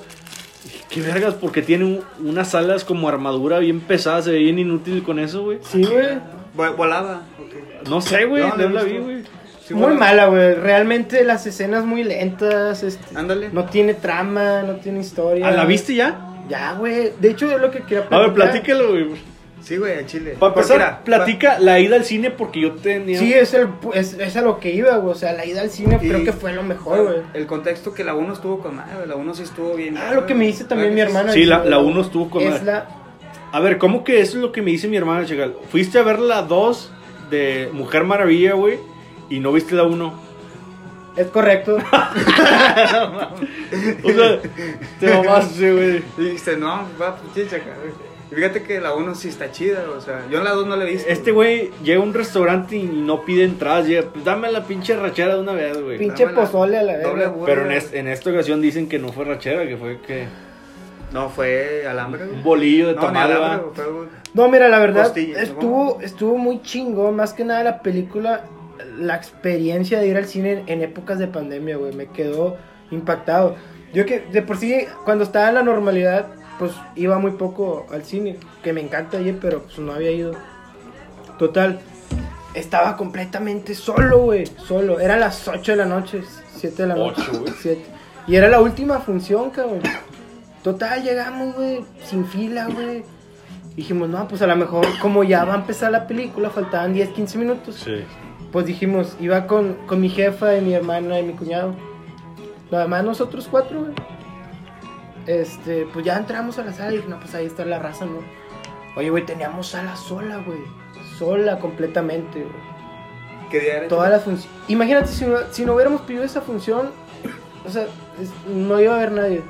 S2: Dije, Qué vergas, porque tiene un- unas alas como armadura bien pesada, se ve bien inútil con eso, güey.
S1: Sí, güey.
S3: Vol- Volaba. ok.
S2: No sé, eh. güey,
S3: No,
S2: no,
S3: no he
S2: la vi,
S3: visto.
S2: güey.
S3: Sí,
S1: muy
S3: volaba.
S1: mala, güey. Realmente las escenas muy lentas. este,
S3: Ándale.
S1: no tiene trama, no tiene historia.
S2: ¿A Ah, la viste ya?
S1: Ya, güey. De hecho, es lo que quería
S2: A ver,
S1: platicar.
S2: platícalo, güey.
S3: Sí, güey, al chile.
S2: Para
S3: Porque
S2: empezar,
S3: era-
S2: platica la ida al cine porque yo tenía.
S1: Sí, es, el, pu- es, es a lo que iba, güey. O sea, la ida al cine
S3: Y-
S1: creo que fue lo mejor, güey.
S3: El contexto que la 1 estuvo con madre, güey, la 1 sí estuvo bien.
S1: Ah, lo que me dice también mi hermana.
S2: Sí, la-
S1: dice,
S2: la
S1: güey,
S2: uno estuvo con
S1: Es
S2: madre.
S1: la...
S2: A ver, ¿cómo que eso es lo que me dice mi hermana, chacal? Fuiste a ver la 2 de Mujer Maravilla, güey, y no viste la 1.
S1: Es correcto.
S2: O sea, te mamaste, güey.
S3: Y dice, no, va, pinche chaca, güey. Y Fíjate que la 1 sí está chida, o sea, yo en la 2 no la he visto.
S2: Este güey llega a un restaurante y no pide entradas. Llega, pues dame la pinche rachera de una vez, güey.
S1: Pinche
S3: Dámela.
S1: pozole a la
S3: Doble
S1: verga.
S3: burro.
S2: Pero en, es- en esta ocasión dicen que no fue rachera, que fue que
S3: No, fue alambre, güey.
S2: un bolillo de
S3: No, ni
S2: tamal,
S3: alambre,
S2: ¿va?
S3: güey, fue un-
S1: No, mira, la verdad,
S3: Costilla,
S1: estuvo, estuvo muy chingón, más que nada la película, la experiencia de ir al cine en, en épocas de pandemia, güey, me quedó impactado. Yo que de por sí, cuando estaba en la normalidad, pues iba muy poco al cine, que me encanta ir, pero pues no había ido. Total, estaba completamente solo, güey, solo. Era las 8 de la noche, 7 de la noche.
S2: Ocho, güey.
S1: siete. Y era la última función, cabrón. Total, llegamos, güey, sin fila, güey. Dijimos, no, pues a lo mejor como ya va a empezar la película, faltaban 10, 15 minutos.
S2: Sí.
S1: Pues dijimos, iba con, con mi jefa y mi hermana y mi cuñado. Nada más nosotros cuatro, güey. Este, pues ya entramos a la sala y dije, no, pues ahí está la raza, ¿no? Oye, güey, teníamos sala sola, güey. Sola completamente, güey.
S3: ¿Qué día era?
S1: Todas las funciones. Imagínate si no, si no hubiéramos pedido esa función, o sea, es- no iba a haber nadie.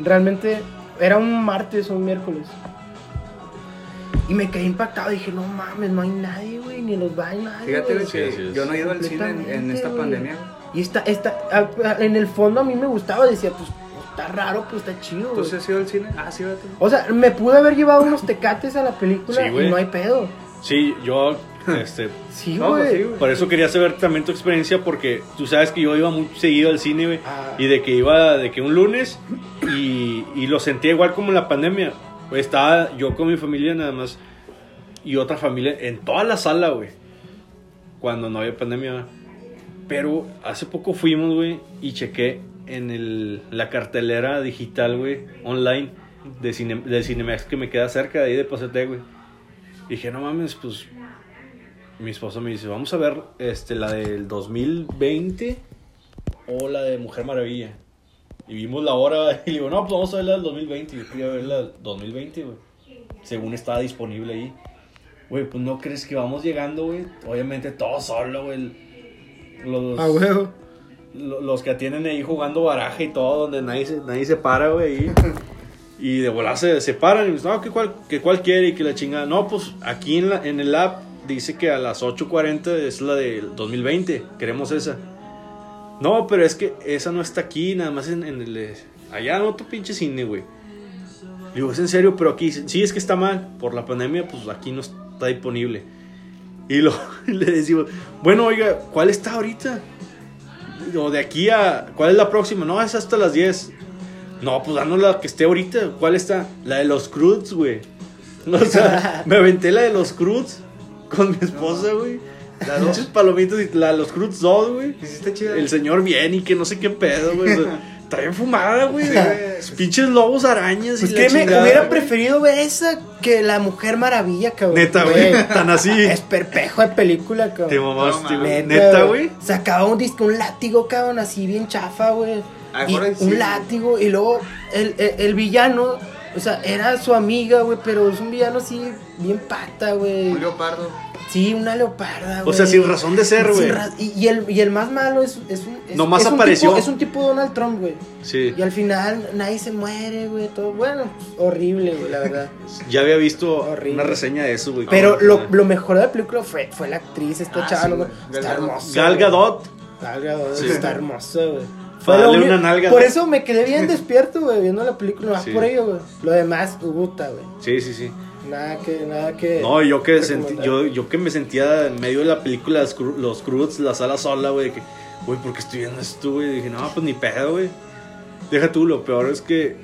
S1: Realmente era un martes o un miércoles. Y me quedé impactado. Dije, no mames, no hay nadie, güey, ni en los baños. nadie,
S3: Fíjate,
S1: güey".
S3: güey,
S2: Sí,
S3: que
S2: así es.
S3: yo no he ido al cine en, en esta
S1: Completamente,
S3: pandemia, güey.
S1: Y esta, esta, a- a- en el fondo a mí me gustaba. Decía, pues está raro, pues está chido. güey".
S3: ¿Tú sí has ido al cine? Ah, sí, güey.
S1: o sea, me pude haber llevado unos tecates a la película
S2: Sí, güey.
S1: y no hay pedo.
S2: Sí, yo, este,
S1: Sí,
S3: No, pues, sí,
S1: güey.
S3: güey.
S2: Por eso quería saber también tu experiencia, porque tú sabes que yo iba muy seguido al cine, güey,
S1: Ah.
S2: y de que iba de que un lunes y, y lo sentía igual como en la pandemia. Güey, estaba yo con mi familia nada más y otra familia en toda la sala, güey, cuando no había pandemia. güey. Pero hace poco fuimos, güey, y chequé en el- la cartelera digital, güey, online de cine, del Cinemex que me queda cerca de ahí de Pasete, güey. Dije, no mames, pues mi esposa me dice, vamos a ver este, la del 2020 o la de Mujer Maravilla. Y vimos la hora y le digo, no, pues vamos a ver la del 2020. Y yo quería ver la del 2020, güey. Según estaba disponible ahí. Güey, pues no crees que vamos llegando, güey. Obviamente todo solo, güey. Los,
S1: A huevo.
S2: lo- los que atienden ahí jugando baraja y todo, donde nadie se, nadie se para, güey. ahí. Y de volar se, se paran y dicen, no, que cual, que cual quiere y que la chingada. No, pues aquí en, la- en el app dice que a las 8.40 es la del 2020, queremos esa. No, pero es que esa no está aquí, nada más en, en el... eh, Allá en otro pinche cine, güey. Le Digo, es en serio, pero aquí... Sí, es que está mal, por la pandemia, pues aquí no está disponible. Y lo, le decimos, bueno, oiga, ¿cuál está ahorita? O de aquí a. ¿Cuál es la próxima? No, es hasta las 10. No, pues danos la que esté ahorita. ¿Cuál está? La de los Cruds, güey. O sea, me aventé la de los Cruds con mi esposa, güey. Las noches palomitas y la de los Cruds 2, güey.
S3: Hiciste chido.
S2: El señor bien y que no sé qué pedo, güey. O sea, Está bien fumada, güey.
S3: Sí, güey.
S2: Pinches lobos arañas y
S1: Pues
S2: la
S1: que me
S2: chingada,
S1: hubiera
S2: güey.
S1: preferido ver esa que la Mujer Maravilla, cabrón.
S2: Neta, güey. Tan así.
S1: Es perpejo de película, cabrón.
S2: Te mamaste,
S3: No,
S2: güey.
S1: Neta,
S2: Neta, güey.
S1: Sacaba un disco, un látigo, cabrón, así bien chafa, güey.
S3: Ah,
S1: Y
S3: ahora sí,
S1: un
S3: güey.
S1: látigo, y luego el, el- el villano, o sea, era su amiga, güey, pero es un villano así, bien pata, güey.
S3: Un leopardo.
S1: Sí, una leoparda, güey.
S2: O sea, sin razón de ser,
S1: Sin
S2: güey.
S1: ra- Y, y el, y el más malo es, es un. es-
S2: Nomás
S1: es un
S2: apareció.
S1: tipo- es un tipo Donald Trump, güey.
S2: Sí.
S1: Y al final nadie se muere, güey. Todo, bueno, pues, horrible, güey, la verdad.
S2: Ya había visto
S1: Horrible.
S2: una reseña de eso, güey.
S1: Pero
S2: Con-
S1: lo, lo mejor de la película fue, fue la actriz, esta
S3: Ah,
S1: chava,
S3: sí,
S1: ¿no?
S3: güey.
S1: Está
S3: Gal Gadot.
S1: hermosa.
S2: Gal
S1: güey.
S2: Gadot.
S1: Gal Gadot,
S2: Sí.
S1: está hermosa, güey. Fue
S2: Para
S1: lo
S2: darle
S1: único-
S2: una nalga,
S1: Por
S2: ¿no?
S1: eso me quedé bien despierto, güey, viendo la película. Más
S2: Sí.
S1: por ello, güey. Lo demás, puta, güey.
S2: Sí, sí, sí.
S1: Nada que, nada que.
S2: No, yo que, sentí,
S1: recomendar.
S2: yo, yo que me sentía en medio de la película Los, Cru- los Crudes, la sala sola, güey. de que, Güey, ¿por qué estoy viendo esto, güey? Dije, no, pues ni pedo, güey. Deja tú, lo peor es que,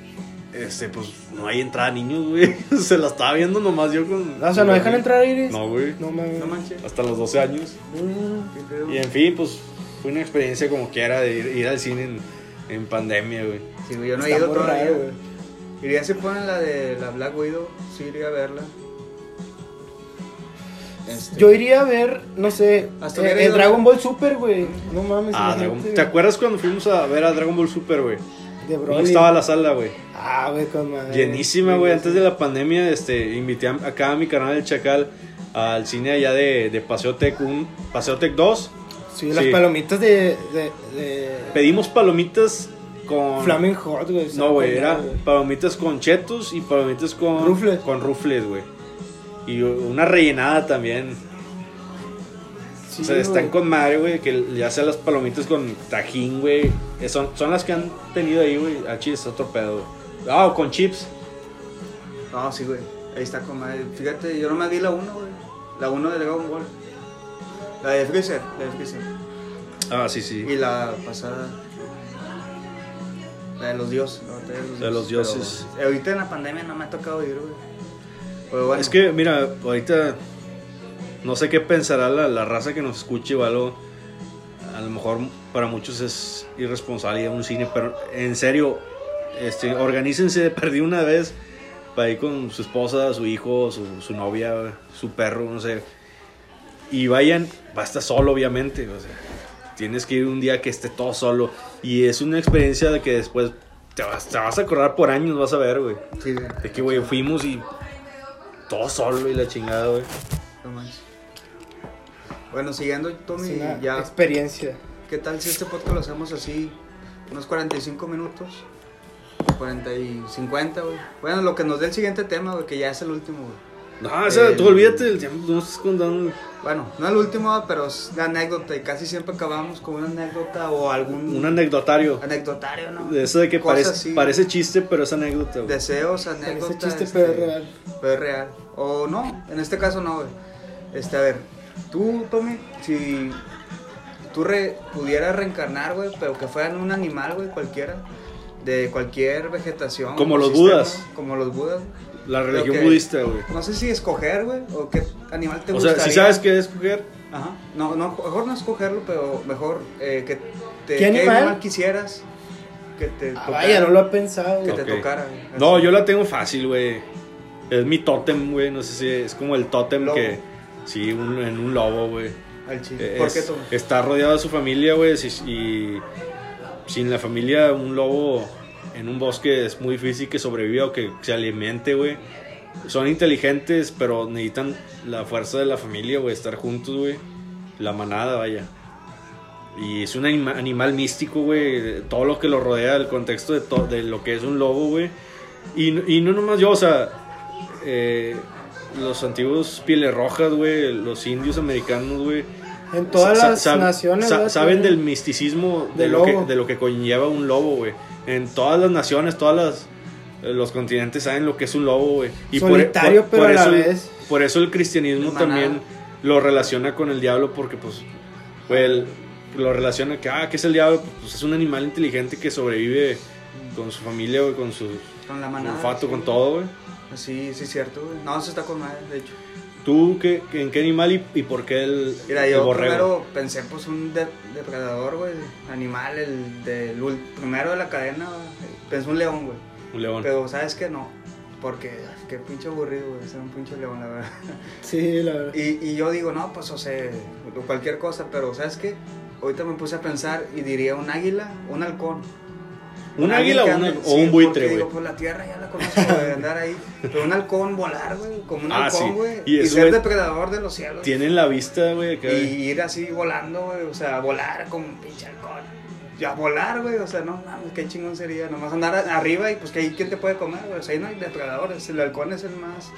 S2: este, pues no hay entrada a niños, güey. Se la estaba viendo nomás yo con.
S1: Ah, O sea, ¿no dejan entrar a Iris?
S2: No, güey.
S1: No mames.
S3: No manches.
S2: Hasta los 12 años.
S1: Mm.
S3: Qué pedo.
S2: Y en fin, pues fue una experiencia como quiera de ir, ir al cine en, en pandemia, güey.
S3: Sí, güey, yo no he
S1: Está
S3: ido
S1: muy
S3: todavía.
S1: raro, güey.
S3: Iría si ponen la de la Black Widow, sí iría a verla. Este,
S1: Yo iría a ver, no sé,
S3: Hasta
S1: eh,
S3: hubiera
S1: el
S3: ido-
S1: Dragon Ball Super, güey. No mames.
S2: Ah,
S1: imagínate,
S2: Dragon-
S1: güey.
S2: ¿Te acuerdas cuando fuimos a ver a Dragon Ball Super, güey?
S1: De
S2: ¿Cómo
S1: Broly.
S2: estaba la sala, güey?
S1: Ah, güey, con madre.
S2: Llenísima, güey.
S1: Sí,
S2: Antes de la pandemia, este, invité a- acá a mi canal El Chacal al cine allá de, de Paseo Tech 1, Paseo Tech 2.
S1: Sí, las
S2: Sí.
S1: palomitas de. de, de...
S2: Pedimos palomitas con...
S1: Flaming Hot, güey.
S2: No, güey, era palomitas con chetos y palomitas con...
S1: Rufles.
S2: Con rufles, güey. Y una rellenada también.
S1: Sí,
S2: o sea, están
S1: güey.
S2: con madre, güey, que ya sea las palomitas con tajín, güey. eh, Son, son las que han tenido ahí, güey. Ah, chis, otro pedo. güey. Ah, o con chips.
S3: No, sí, güey. Ahí está con madre. Fíjate, yo nomás vi la 1, güey. La 1 de Dragon Ball. La de Freezer, la de Freezer.
S2: Ah, sí, sí.
S3: Y la pasada. La de los dioses, la batalla
S2: La de los dioses.
S3: Pero ahorita en la pandemia no me ha tocado ir, güey. Pero bueno,
S2: Es que, mira, ahorita no sé qué pensará la, la raza que nos escuche o algo. A lo mejor para muchos es irresponsable ir a un cine, pero en serio, este, organícense de perdí una vez para ir con su esposa, su hijo, su, su novia, su perro, no sé. Y vayan, va a estar solo, obviamente. O sea, tienes que ir un día que esté todo solo. Y es una experiencia de que después te vas, te vas a acordar por años, vas a ver, güey.
S3: Sí, güey.
S2: De que, güey, fuimos y todo solo y la chingada, güey.
S3: No manches. Bueno, siguiendo, Tommy,
S1: Es una
S3: ya.
S1: experiencia.
S3: ¿Qué tal si este podcast lo hacemos así? Unos 45 minutos. 40 y 50, güey. Bueno, lo que nos dé el siguiente tema, güey, que ya es el último, güey.
S2: No, o sea,
S3: Eh,
S2: tú olvídate del tiempo, no estás contando
S3: Bueno, no el último, güey, pero es la anécdota. Y casi siempre acabamos con una anécdota o algún
S2: un anecdotario.
S3: anecdotario, ¿no?
S2: De eso de que
S3: Cosas
S2: parece,
S3: así.
S2: parece chiste, pero es anécdota, güey.
S3: Deseos,
S1: Ese
S3: anécdotas.
S1: chiste,
S3: este,
S1: pero es real.
S3: pero es real. O no, en este caso no, güey. Este, a ver, tú, Tommy, si tú re- pudieras reencarnar, güey, pero que fueran un animal, güey, cualquiera, de cualquier vegetación.
S2: Como los
S3: ecosistema,
S2: budas.
S3: Como los budas. güey.
S2: La religión
S3: Ok.
S2: budista, güey.
S3: No sé si escoger, güey, o qué animal te
S2: O
S3: gustaría.
S2: sea, si sabes qué escoger,
S3: Ajá. No, no, mejor no escogerlo, pero mejor eh, que te,
S1: ¿Qué
S3: qué
S1: animal?
S3: quisieras que te
S1: Ah,
S3: tocara,
S1: vaya, no lo ha pensado.
S3: que
S1: güey.
S2: Ok.
S3: te tocara. güey.
S2: No,
S3: Así.
S2: yo la tengo fácil, güey. Es mi tótem, güey. No sé si es como el tótem
S3: Lobo.
S2: que. Sí, un- en un lobo, güey.
S3: Al chile. ¿Por qué
S2: Eh, Es-
S3: Tommy?
S2: está rodeado de su familia, güey, si- y sin la familia un lobo en un bosque es muy difícil que sobreviva o que se alimente, güey. son inteligentes, pero necesitan la fuerza de la familia, güey, estar juntos, güey. La manada, vaya. Y es un anima- animal místico, güey. Todo lo que lo rodea, el contexto de, to- de lo que es un lobo, güey. Y, no- y no nomás yo, o sea, eh, los antiguos pieles rojas, güey, los indios americanos, güey.
S1: En todas
S2: sa-
S1: las
S2: sab-
S1: naciones.
S2: sa-
S1: ¿verdad?
S2: saben del misticismo de,
S1: Del
S2: lo que,
S1: lobo.
S2: de lo que conlleva un lobo, güey. En todas las naciones, todas las eh, los continentes saben lo que es un lobo, güey.
S1: Solitario, pero a la
S2: eso,
S1: vez.
S2: Por eso el cristianismo
S3: Manada.
S2: también lo relaciona con el diablo, porque pues, güey, el- lo relaciona que, ah, ¿qué es el diablo? Pues es un animal inteligente que sobrevive con su familia, güey, con su
S3: Con la manada. Ah,
S2: olfato, con todo, güey.
S3: Sí, sí, cierto, güey. No, eso está con madre, de hecho.
S2: ¿Tú qué, en qué animal y, y por qué el,
S3: Mira,
S2: el
S3: yo
S2: borrego?
S3: primero pensé, pues, un de- depredador, güey, animal, el del ul- primero de la cadena, güey. pensé un león, güey.
S2: Un león.
S3: Pero, ¿sabes qué? No, porque, ay, qué pinche aburrido, güey, ser un pinche león, la verdad.
S1: Sí, la verdad.
S3: Y, y yo digo, no, pues, o sea, o cualquier cosa, pero, ¿sabes qué? Ahorita me puse a pensar y diría un águila, un halcón.
S2: ¿Un águila o,
S3: Alguien que
S2: una-
S3: ande-
S2: o
S3: sí,
S2: un buitre,
S3: porque
S2: güey?
S3: Digo, pues la tierra ya la conozco de andar ahí. Pero un halcón volar, güey. Como un
S2: Ah, sí.
S3: halcón, güey.
S2: Y
S3: Y,
S2: eso,
S3: ser
S2: güey,
S3: depredador de los cielos.
S2: Tienen la vista, güey, acá.
S3: Y ir así volando, güey. O sea, volar como un pinche halcón. Ya volar, güey. O sea, no mames, qué chingón sería. Nomás andar a- arriba y pues que ahí quién te puede comer, güey. O sea, ahí no hay depredadores. El halcón es el más.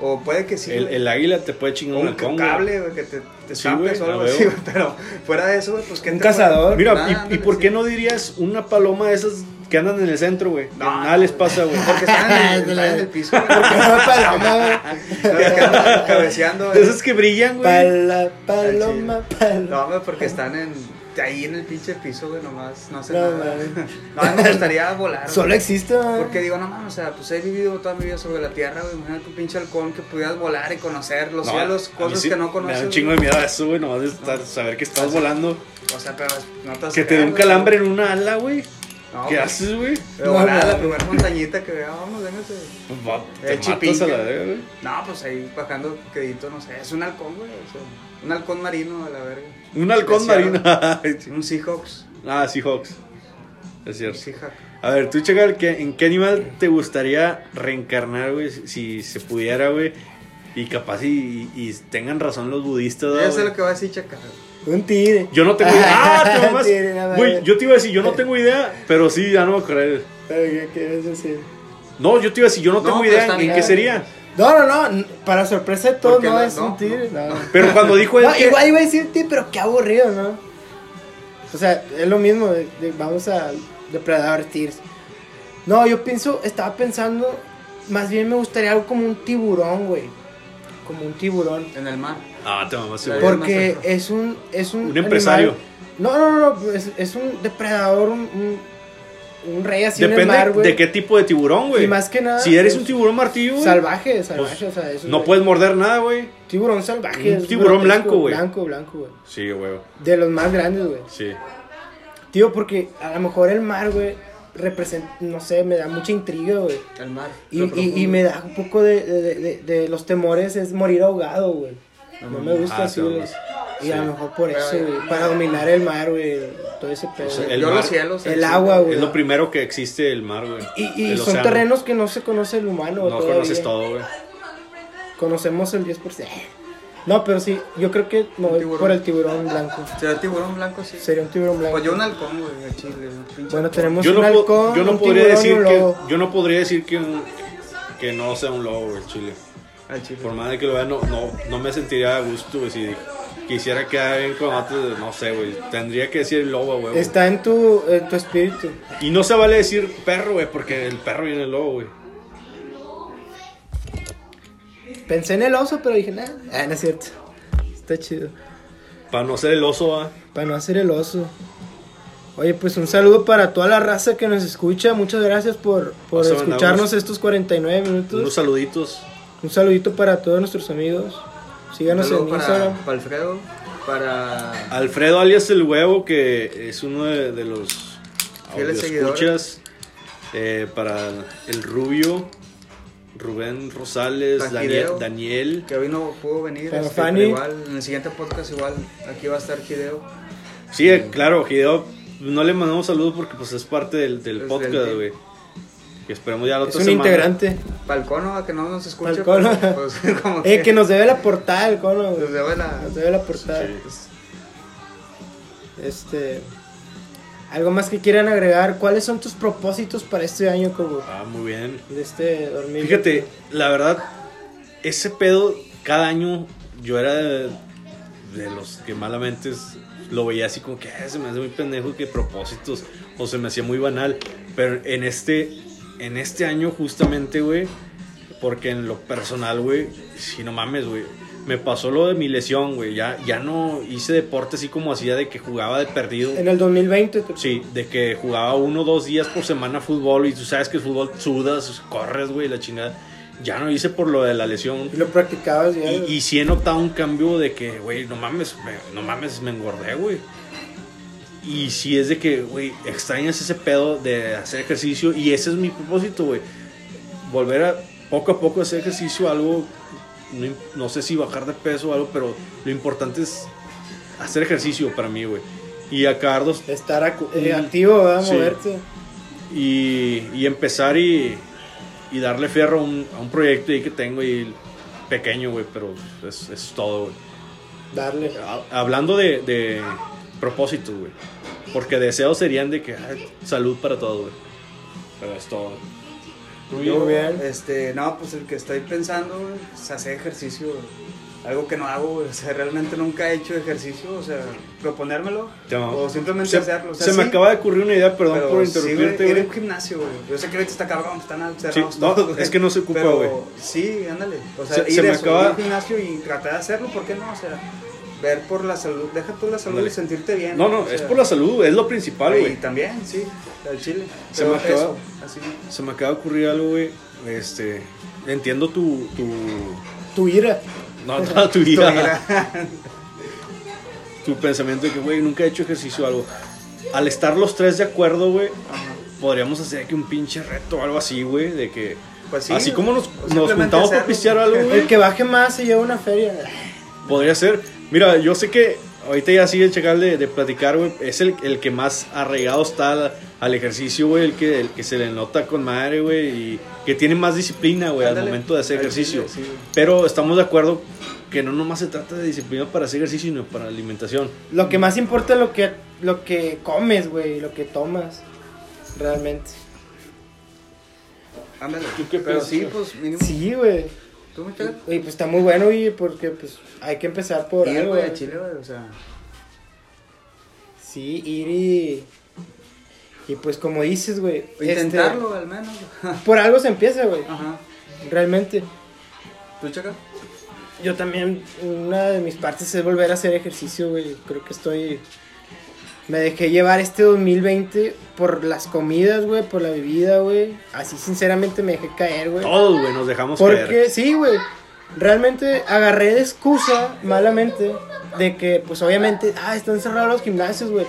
S3: O puede que sí.
S2: el,
S3: güey.
S2: el águila te puede chingar un
S3: un
S2: halcón, güey.
S3: cable, güey, que te, te
S2: Sí,
S3: zampes
S2: güey,
S3: o algo
S2: a
S3: así,
S2: huevo.
S3: güey. Pero fuera de eso, güey, pues que
S1: Un cazador.
S2: Mira,
S3: Nada,
S2: y- ¿y,
S3: ándale,
S2: por
S3: sí.
S2: qué no dirías una paloma de esas que andan en el centro, güey? Que
S3: No,
S2: Nada les pasa, güey.
S3: Porque están en el, están en el piso. güey.
S2: Ah,
S1: paloma,
S3: No, es que andan cabeceando.
S2: De
S3: güey.
S2: esas que brillan, güey.
S1: pala, paloma, paloma.
S3: No, güey, porque están en, ahí en el pinche piso, güey, nomás. No hacen
S1: No,
S3: nada.
S1: mames.
S3: No, a mí me gustaría volar.
S1: Solo
S3: güey.
S1: existe, ¿verdad?
S3: Porque digo, no mames, o sea, pues he vivido toda mi vida sobre la tierra, güey. Imagínate un pinche halcón que pudieras volar y conocer los
S2: No,
S3: cielos,
S2: a mí
S3: cosas
S2: sí
S3: que no
S2: Me
S3: conoces.
S2: da un chingo de
S3: güey.
S2: miedo eso, güey, nomás de estar, saber que estás volando.
S3: O sea, pero no te vas a
S2: Que te dé
S3: caer,
S2: un
S3: güey.
S2: calambre en una ala, güey.
S3: No,
S2: ¿Qué
S3: güey.
S2: haces, güey?
S3: Pero Eh,
S1: No,
S3: volar a la
S1: no.
S3: primera montañita que vea, vamos, véngase.
S2: Pues va, Te matas
S3: El
S2: a la
S3: chipinque.
S2: verga, güey.
S3: No, pues ahí bajando quedito, no sé. Es un halcón, güey. O sea, un halcón marino, a la verga.
S2: Un halcón
S3: Especial.
S2: marino. Ay,
S3: Un Seahawks.
S2: ah, Seahawks. Es cierto.
S3: Seahawk.
S2: A ver, tú checa el que- en qué animal te gustaría reencarnar, güey, si- si se pudiera, güey. Y capaz y, y tengan razón los budistas,
S3: Ya sé
S2: güey.
S3: lo que va a decir Chaca.
S1: Un tigre.
S2: Yo no tengo idea. ¡Ah, te mamás!
S1: Tiene nada
S2: Güey,
S1: ver.
S2: yo te iba a decir, yo no tengo idea, pero sí, ya no me acuerdo.
S1: Pero, ¿qué quieres decir?
S2: No, yo te iba a decir, yo no,
S3: No,
S2: tengo
S3: pero
S2: idea
S3: está
S2: en
S3: bien.
S2: qué sería.
S1: No, no, no. n- Para sorpresa de todos,
S3: ¿Por qué
S1: no,
S3: no?
S1: es un
S3: No,
S1: tigre. No.
S2: Pero cuando dijo él
S1: No,
S2: Pues que-
S1: igual iba a decir tigre, pero qué aburrido, ¿no? O sea, es lo mismo. de- de- vamos a depredadores tigres. No, yo pienso, estaba pensando. Más bien me gustaría algo como un tiburón, güey. Como un tiburón.
S3: En el mar.
S2: Ah, te mamás,
S3: Ahí
S2: güey.
S3: Por-
S1: Porque
S3: más centro.
S1: es un. Es un,
S2: Un
S1: animal-
S2: empresario.
S1: No, no, no. Es, es un depredador, un, un, un rey así en
S2: Depende
S1: el mar, güey.
S2: de qué tipo de tiburón, güey.
S1: Y más que nada,
S2: Si eres
S1: pues,
S2: un tiburón martillo, güey.
S1: Salvaje, salvaje,
S2: Pues,
S1: o sea, eso.
S2: No puedes morder nada, güey.
S1: Tiburón salvaje.
S2: Un
S1: es
S2: tiburón
S1: grotesco,
S2: blanco, güey.
S1: Blanco, blanco, güey.
S2: Sí, güey.
S1: De los más grandes, güey.
S2: Sí.
S1: Tío, porque a lo mejor el mar, güey, representa, no sé, me da mucha intriga, güey.
S3: El mar.
S1: Y, y, y me da un poco de, de, de- de los temores, es morir ahogado, güey. No me gusta
S2: Ah,
S1: así,
S2: sí,
S1: güey.
S2: vamos.
S1: Y a
S2: Sí.
S1: lo mejor por
S3: Pero-
S1: eso, güey. Para dominar el mar, güey. Todo ese pedo. güey.
S2: sea, Pues, el
S3: el Yo
S2: mar-
S3: los cielos.
S1: el agua, güey.
S2: Es lo primero que existe el mar, güey.
S1: Y, y
S2: El
S1: son
S2: océano.
S1: terrenos que no se conoce el humano,
S2: No
S1: todavía.
S2: conoces todo, güey.
S1: Conocemos el 10%. No, pero sí, yo creo que me voy
S3: tiburón.
S1: por el tiburón blanco.
S3: ¿Será tiburón blanco? Sí.
S1: Sería un tiburón blanco.
S3: Pues yo un halcón, güey, de Chile. un pinche
S1: Bueno,
S3: halcón.
S1: tenemos
S2: Yo no,
S1: un
S2: po-
S1: halcón,
S2: yo no
S1: un
S2: podría
S1: tiburón y
S2: decir
S1: un
S2: que
S1: lobo.
S2: yo no podría decir que un- que no sea un lobo, güey, el chile.
S3: Al chile.
S2: Por más de que lo vea, no, no, no me sentiría a gusto, güey, si quisiera quedar bien con otros, no sé, güey. Tendría que decir lobo, güey.
S1: Está en tu, en tu espíritu.
S2: Y no se vale decir perro, güey, porque el perro viene el lobo, güey.
S1: Pensé en el oso, pero dije, nada, ah, no es cierto. Está chido.
S2: Para no ser el oso, va.
S1: Para no hacer el oso. Oye, pues un saludo para toda la raza que nos escucha. Muchas gracias por, por
S2: Oso, andamos.
S1: escucharnos estos 49 minutos.
S2: Unos saluditos.
S1: Un saludito para todos nuestros amigos. Síganos en
S3: Saludo para,
S1: Instagram.
S3: para Alfredo, para.
S2: Alfredo alias el huevo, que es uno de, de los
S3: Fieles
S2: escuchas para el rubio, Rubén Rosales, Daniel,
S3: Pajideo.
S2: Daniel.
S3: Que hoy no pudo venir.
S1: Para
S3: este,
S1: Fanny.
S3: pero igual, en el siguiente podcast, igual. Aquí va a estar Gideo.
S2: Sí, eh, claro, Hideo, no le mandamos saludos porque pues es parte del, del
S3: Pues,
S2: podcast,
S3: del-
S2: güey. Y esperemos ya la
S1: Es
S2: otra
S1: un
S2: semana.
S1: integrante.
S3: Pa'l cono, a que no nos escuche.
S1: Pa'l cono.
S3: pero, pues, como pues,
S1: Eh, que nos debe la portal, cono. güey.
S3: nos debe la-
S1: Nos debe la portal.
S2: Sí.
S1: Este. ¿Algo más que quieran agregar? ¿Cuáles son tus propósitos para este año, Cobo?
S2: Ah, muy bien.
S1: De este 2000.
S2: Fíjate, la verdad, ese pedo, cada año yo era de, de los que malamente es- lo veía así como que "Ah, se me hace muy pendejo, que propósitos, o se me hacía muy banal. Pero en este, en este año justamente, güey, porque en lo personal, güey, si no mames, güey, me pasó lo de mi lesión, güey, ya, ya no hice deporte así como hacía de que jugaba de perdido.
S1: En el 2020. te-
S2: Sí, de que jugaba uno o dos días por semana fútbol y tú sabes que el fútbol sudas, corres, güey, la chingada. Ya no hice por lo de la lesión.
S1: Y lo practicabas ya.
S2: Y, y sí he notado un cambio de que, güey, no mames, me- no mames, me engordé, güey. Y sí es de que, güey, extrañas ese pedo de hacer ejercicio y ese es mi propósito, güey. Volver a poco a poco hacer ejercicio, algo, no, im- no sé si bajar de peso o algo, pero lo importante es hacer ejercicio para mí, güey. Y acabar dos,
S1: Estar acu- eh,
S2: Mm.
S1: activo, ¿verdad?
S2: Sí.
S1: Moverte.
S2: y, y empezar y, y darle fierro a un, a un proyecto ahí que tengo y pequeño, güey, pero es, es todo, güey.
S1: Darle.
S2: Ha- Hablando de, de propósitos, güey, porque deseos serían de que ay, salud para todos, güey. Pero es todo.
S1: Muy bien.
S3: Este, no, pues el que estoy pensando güey, es hacer ejercicio. güey. Algo que no hago, güey. O sea, realmente nunca he hecho ejercicio. O sea, proponérmelo.
S2: Te amo.
S3: O simplemente
S2: Se,
S3: hacerlo. O sea,
S2: se me
S3: sí,
S2: acaba de ocurrir una idea, perdón
S3: pero
S2: por
S3: sí, güey,
S2: interrumpirte,
S3: ir a
S2: güey.
S3: un gimnasio, güey. Yo sé que ahorita está cabrón, están cerrados.
S2: Sí, no,
S3: todos, güey.
S2: es que no se ocupa,
S3: Pero
S2: güey.
S3: Sí, ándale. O sea,
S2: Se-
S3: ir,
S2: se me
S3: eso,
S2: acaba-
S3: ir al gimnasio y tratar de hacerlo, ¿por qué no? O sea, ver por la salud. Deja tú la salud
S2: Ándale.
S3: y sentirte bien.
S2: No, no,
S3: o sea,
S2: es por la salud, güey, es lo principal,
S3: Y
S2: güey.
S3: también, sí, al chile.
S2: Se
S3: Pero
S2: me acaba-
S3: eso, así.
S2: Se me acaba de ocurrir algo, güey. Este, entiendo tu, tu,
S1: Tu ira.
S2: no, no, tu
S3: Tu
S2: vida.
S3: vida.
S2: tu pensamiento de que, güey, nunca he hecho ejercicio o algo. Al estar los tres de acuerdo, güey,
S3: Ajá.
S2: podríamos hacer que un pinche reto o algo así, güey, de que...
S3: Pues sí,
S2: así como nos,
S3: o
S2: nos
S3: simplemente
S2: juntamos para
S3: hacerlo.
S2: pistear algo,
S1: El
S2: güey,
S1: que baje más se lleva una feria.
S2: podría ser... Mira, yo sé que ahorita ya sigue el chacal de, de platicar, güey, es el, el que más arraigado está al, al ejercicio, güey, el que, el que se le nota con madre, güey, y que tiene más disciplina, güey, al
S3: Ándale.
S2: momento de hacer
S3: Al chile,
S2: ejercicio.
S3: sí, güey.
S2: Pero estamos de acuerdo que no nomás se trata de disciplina para hacer ejercicio, sino para alimentación.
S1: Lo que más importa es lo que, lo que comes, güey. Lo que tomas. Realmente.
S3: Ándale.
S2: ¿Tú qué
S3: Pero sí,
S2: piensas?
S3: pues mínimo.
S1: Sí, güey.
S3: Tú, muchacho.
S1: Oye, pues está muy bueno, y porque pues hay que empezar por
S3: Ir,
S1: algo.
S3: güey,
S1: güey.
S3: a Chile, güey, o sea.
S1: Sí, ir y. Y pues como dices, güey. este,
S3: Intentarlo, al menos.
S1: por algo se empieza, güey.
S3: Ajá.
S1: Realmente.
S3: ¿Tú, chaca?
S1: Yo también, una de mis partes es volver a hacer ejercicio, güey. Creo que estoy... Me dejé llevar este 2020 por las comidas, güey, por la bebida, güey. Así sinceramente me dejé caer, güey.
S2: Todos, güey, nos dejamos caer.
S1: Porque sí, güey. Realmente agarré de excusa, malamente, de que, pues obviamente, ah, están cerrados los gimnasios, güey.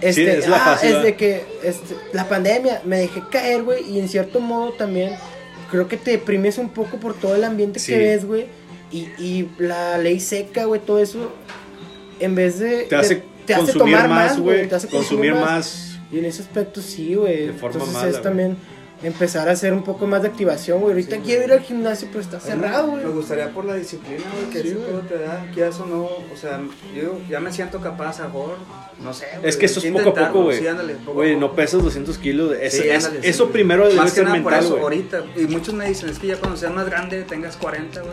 S1: Este,
S2: Sí, es la
S1: ah,
S2: fácil,
S1: es
S2: ¿verdad?
S1: de que este, la pandemia me dejé caer, güey, y en cierto modo también creo que te deprimes un poco por todo el ambiente
S2: Sí.
S1: que ves, güey. Y, y la ley seca, güey, todo eso, en vez de...
S2: te hace
S1: de-
S2: consumir más, güey.
S1: te hace
S2: Consumir más.
S1: y en ese aspecto sí, güey.
S2: De forma
S1: Entonces
S2: mala,
S1: es
S2: güey.
S1: también empezar a hacer un poco más de activación, güey. Ahorita quiero ir al gimnasio, pero está cerrado,
S3: Me
S1: güey.
S3: gustaría por la disciplina, güey, que
S1: Sí,
S3: ese
S1: güey.
S3: pedo te da, quieras o no, o sea, yo ya me siento capaz, mejor, no sé, güey,
S2: Es que eso es
S3: hay
S2: poco a
S3: intentarlo,
S2: poco, güey.
S3: Sí, ándale, poco a
S2: Güey, no
S3: poco.
S2: pesas 200 kilos.
S3: Sí,
S2: Eso, es-
S3: ándale, sí,
S2: eso
S3: güey.
S2: primero debe
S3: Más que
S2: ser
S3: nada por
S2: mental,
S3: eso,
S2: güey.
S3: ahorita, y muchos me dicen, es que ya cuando seas más grande, tengas 40, güey,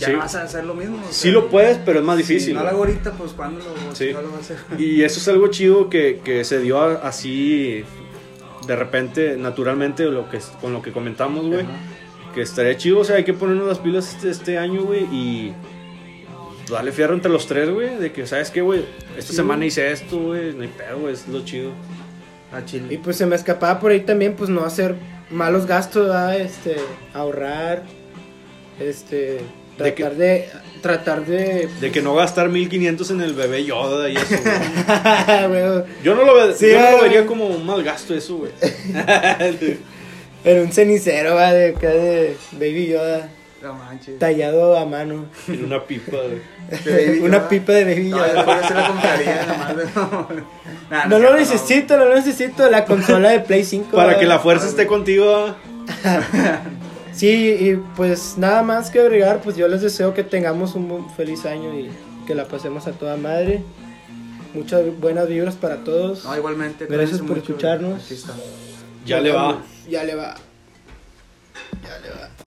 S3: ya
S2: Sí.
S3: no vas a hacer lo mismo. o
S2: Sí
S3: sea,
S2: lo puedes, pero es más
S3: si
S2: difícil.
S3: no
S2: güey.
S3: lo hago ahorita, pues cuando lo,
S2: Sí.
S3: no lo vas a hacer.
S2: Y eso es algo chido que, que se dio a- así de repente, naturalmente, lo que, con lo que comentamos, güey.
S3: Ajá.
S2: Que estaría chido, o sea, hay que ponernos las pilas este, este año, güey, y darle fierro entre los tres, güey. De que, ¿sabes qué, güey? Esta semana hice esto, güey. No hay pedo, güey, es lo chido.
S3: A
S1: Y
S3: Ah, Chile.
S1: pues se me escapaba por ahí también, pues no hacer malos gastos, ¿verdad? Este, ahorrar, este,
S2: De
S1: tratar de, tratar de...
S2: De que no gastar 1500 en el bebé Yoda y eso, güey.
S1: Güey,
S2: Yo no lo, ve-
S1: Sí,
S2: yo no lo
S1: eh,
S2: vería
S1: güey.
S2: como un mal gasto eso, güey.
S1: en un cenicero, ¿verdad? De acá de Baby Yoda.
S3: No manches.
S1: tallado a mano.
S2: En una pipa. güey.
S3: De Baby
S1: Una
S3: Yoda.
S1: pipa de Baby
S3: No,
S1: Yoda.
S3: yo por eso la compraría nomás. No,
S2: Ah,
S3: Nah,
S1: No
S3: es
S1: lo
S3: cierto,
S1: necesito, no lo necesito. La consola de Play 5.
S2: Para que la
S1: fuerza
S2: fuerza esté contigo.
S1: Sí, y pues nada más que agregar, pues yo les deseo que tengamos un buen- feliz año y que la pasemos a toda madre. Muchas buenas vibras para todos.
S3: No, igualmente.
S1: Gracias
S3: cuídense
S1: por
S3: mucho.
S1: escucharnos.
S3: Aquí está.
S2: Ya le va.
S1: Ya le va.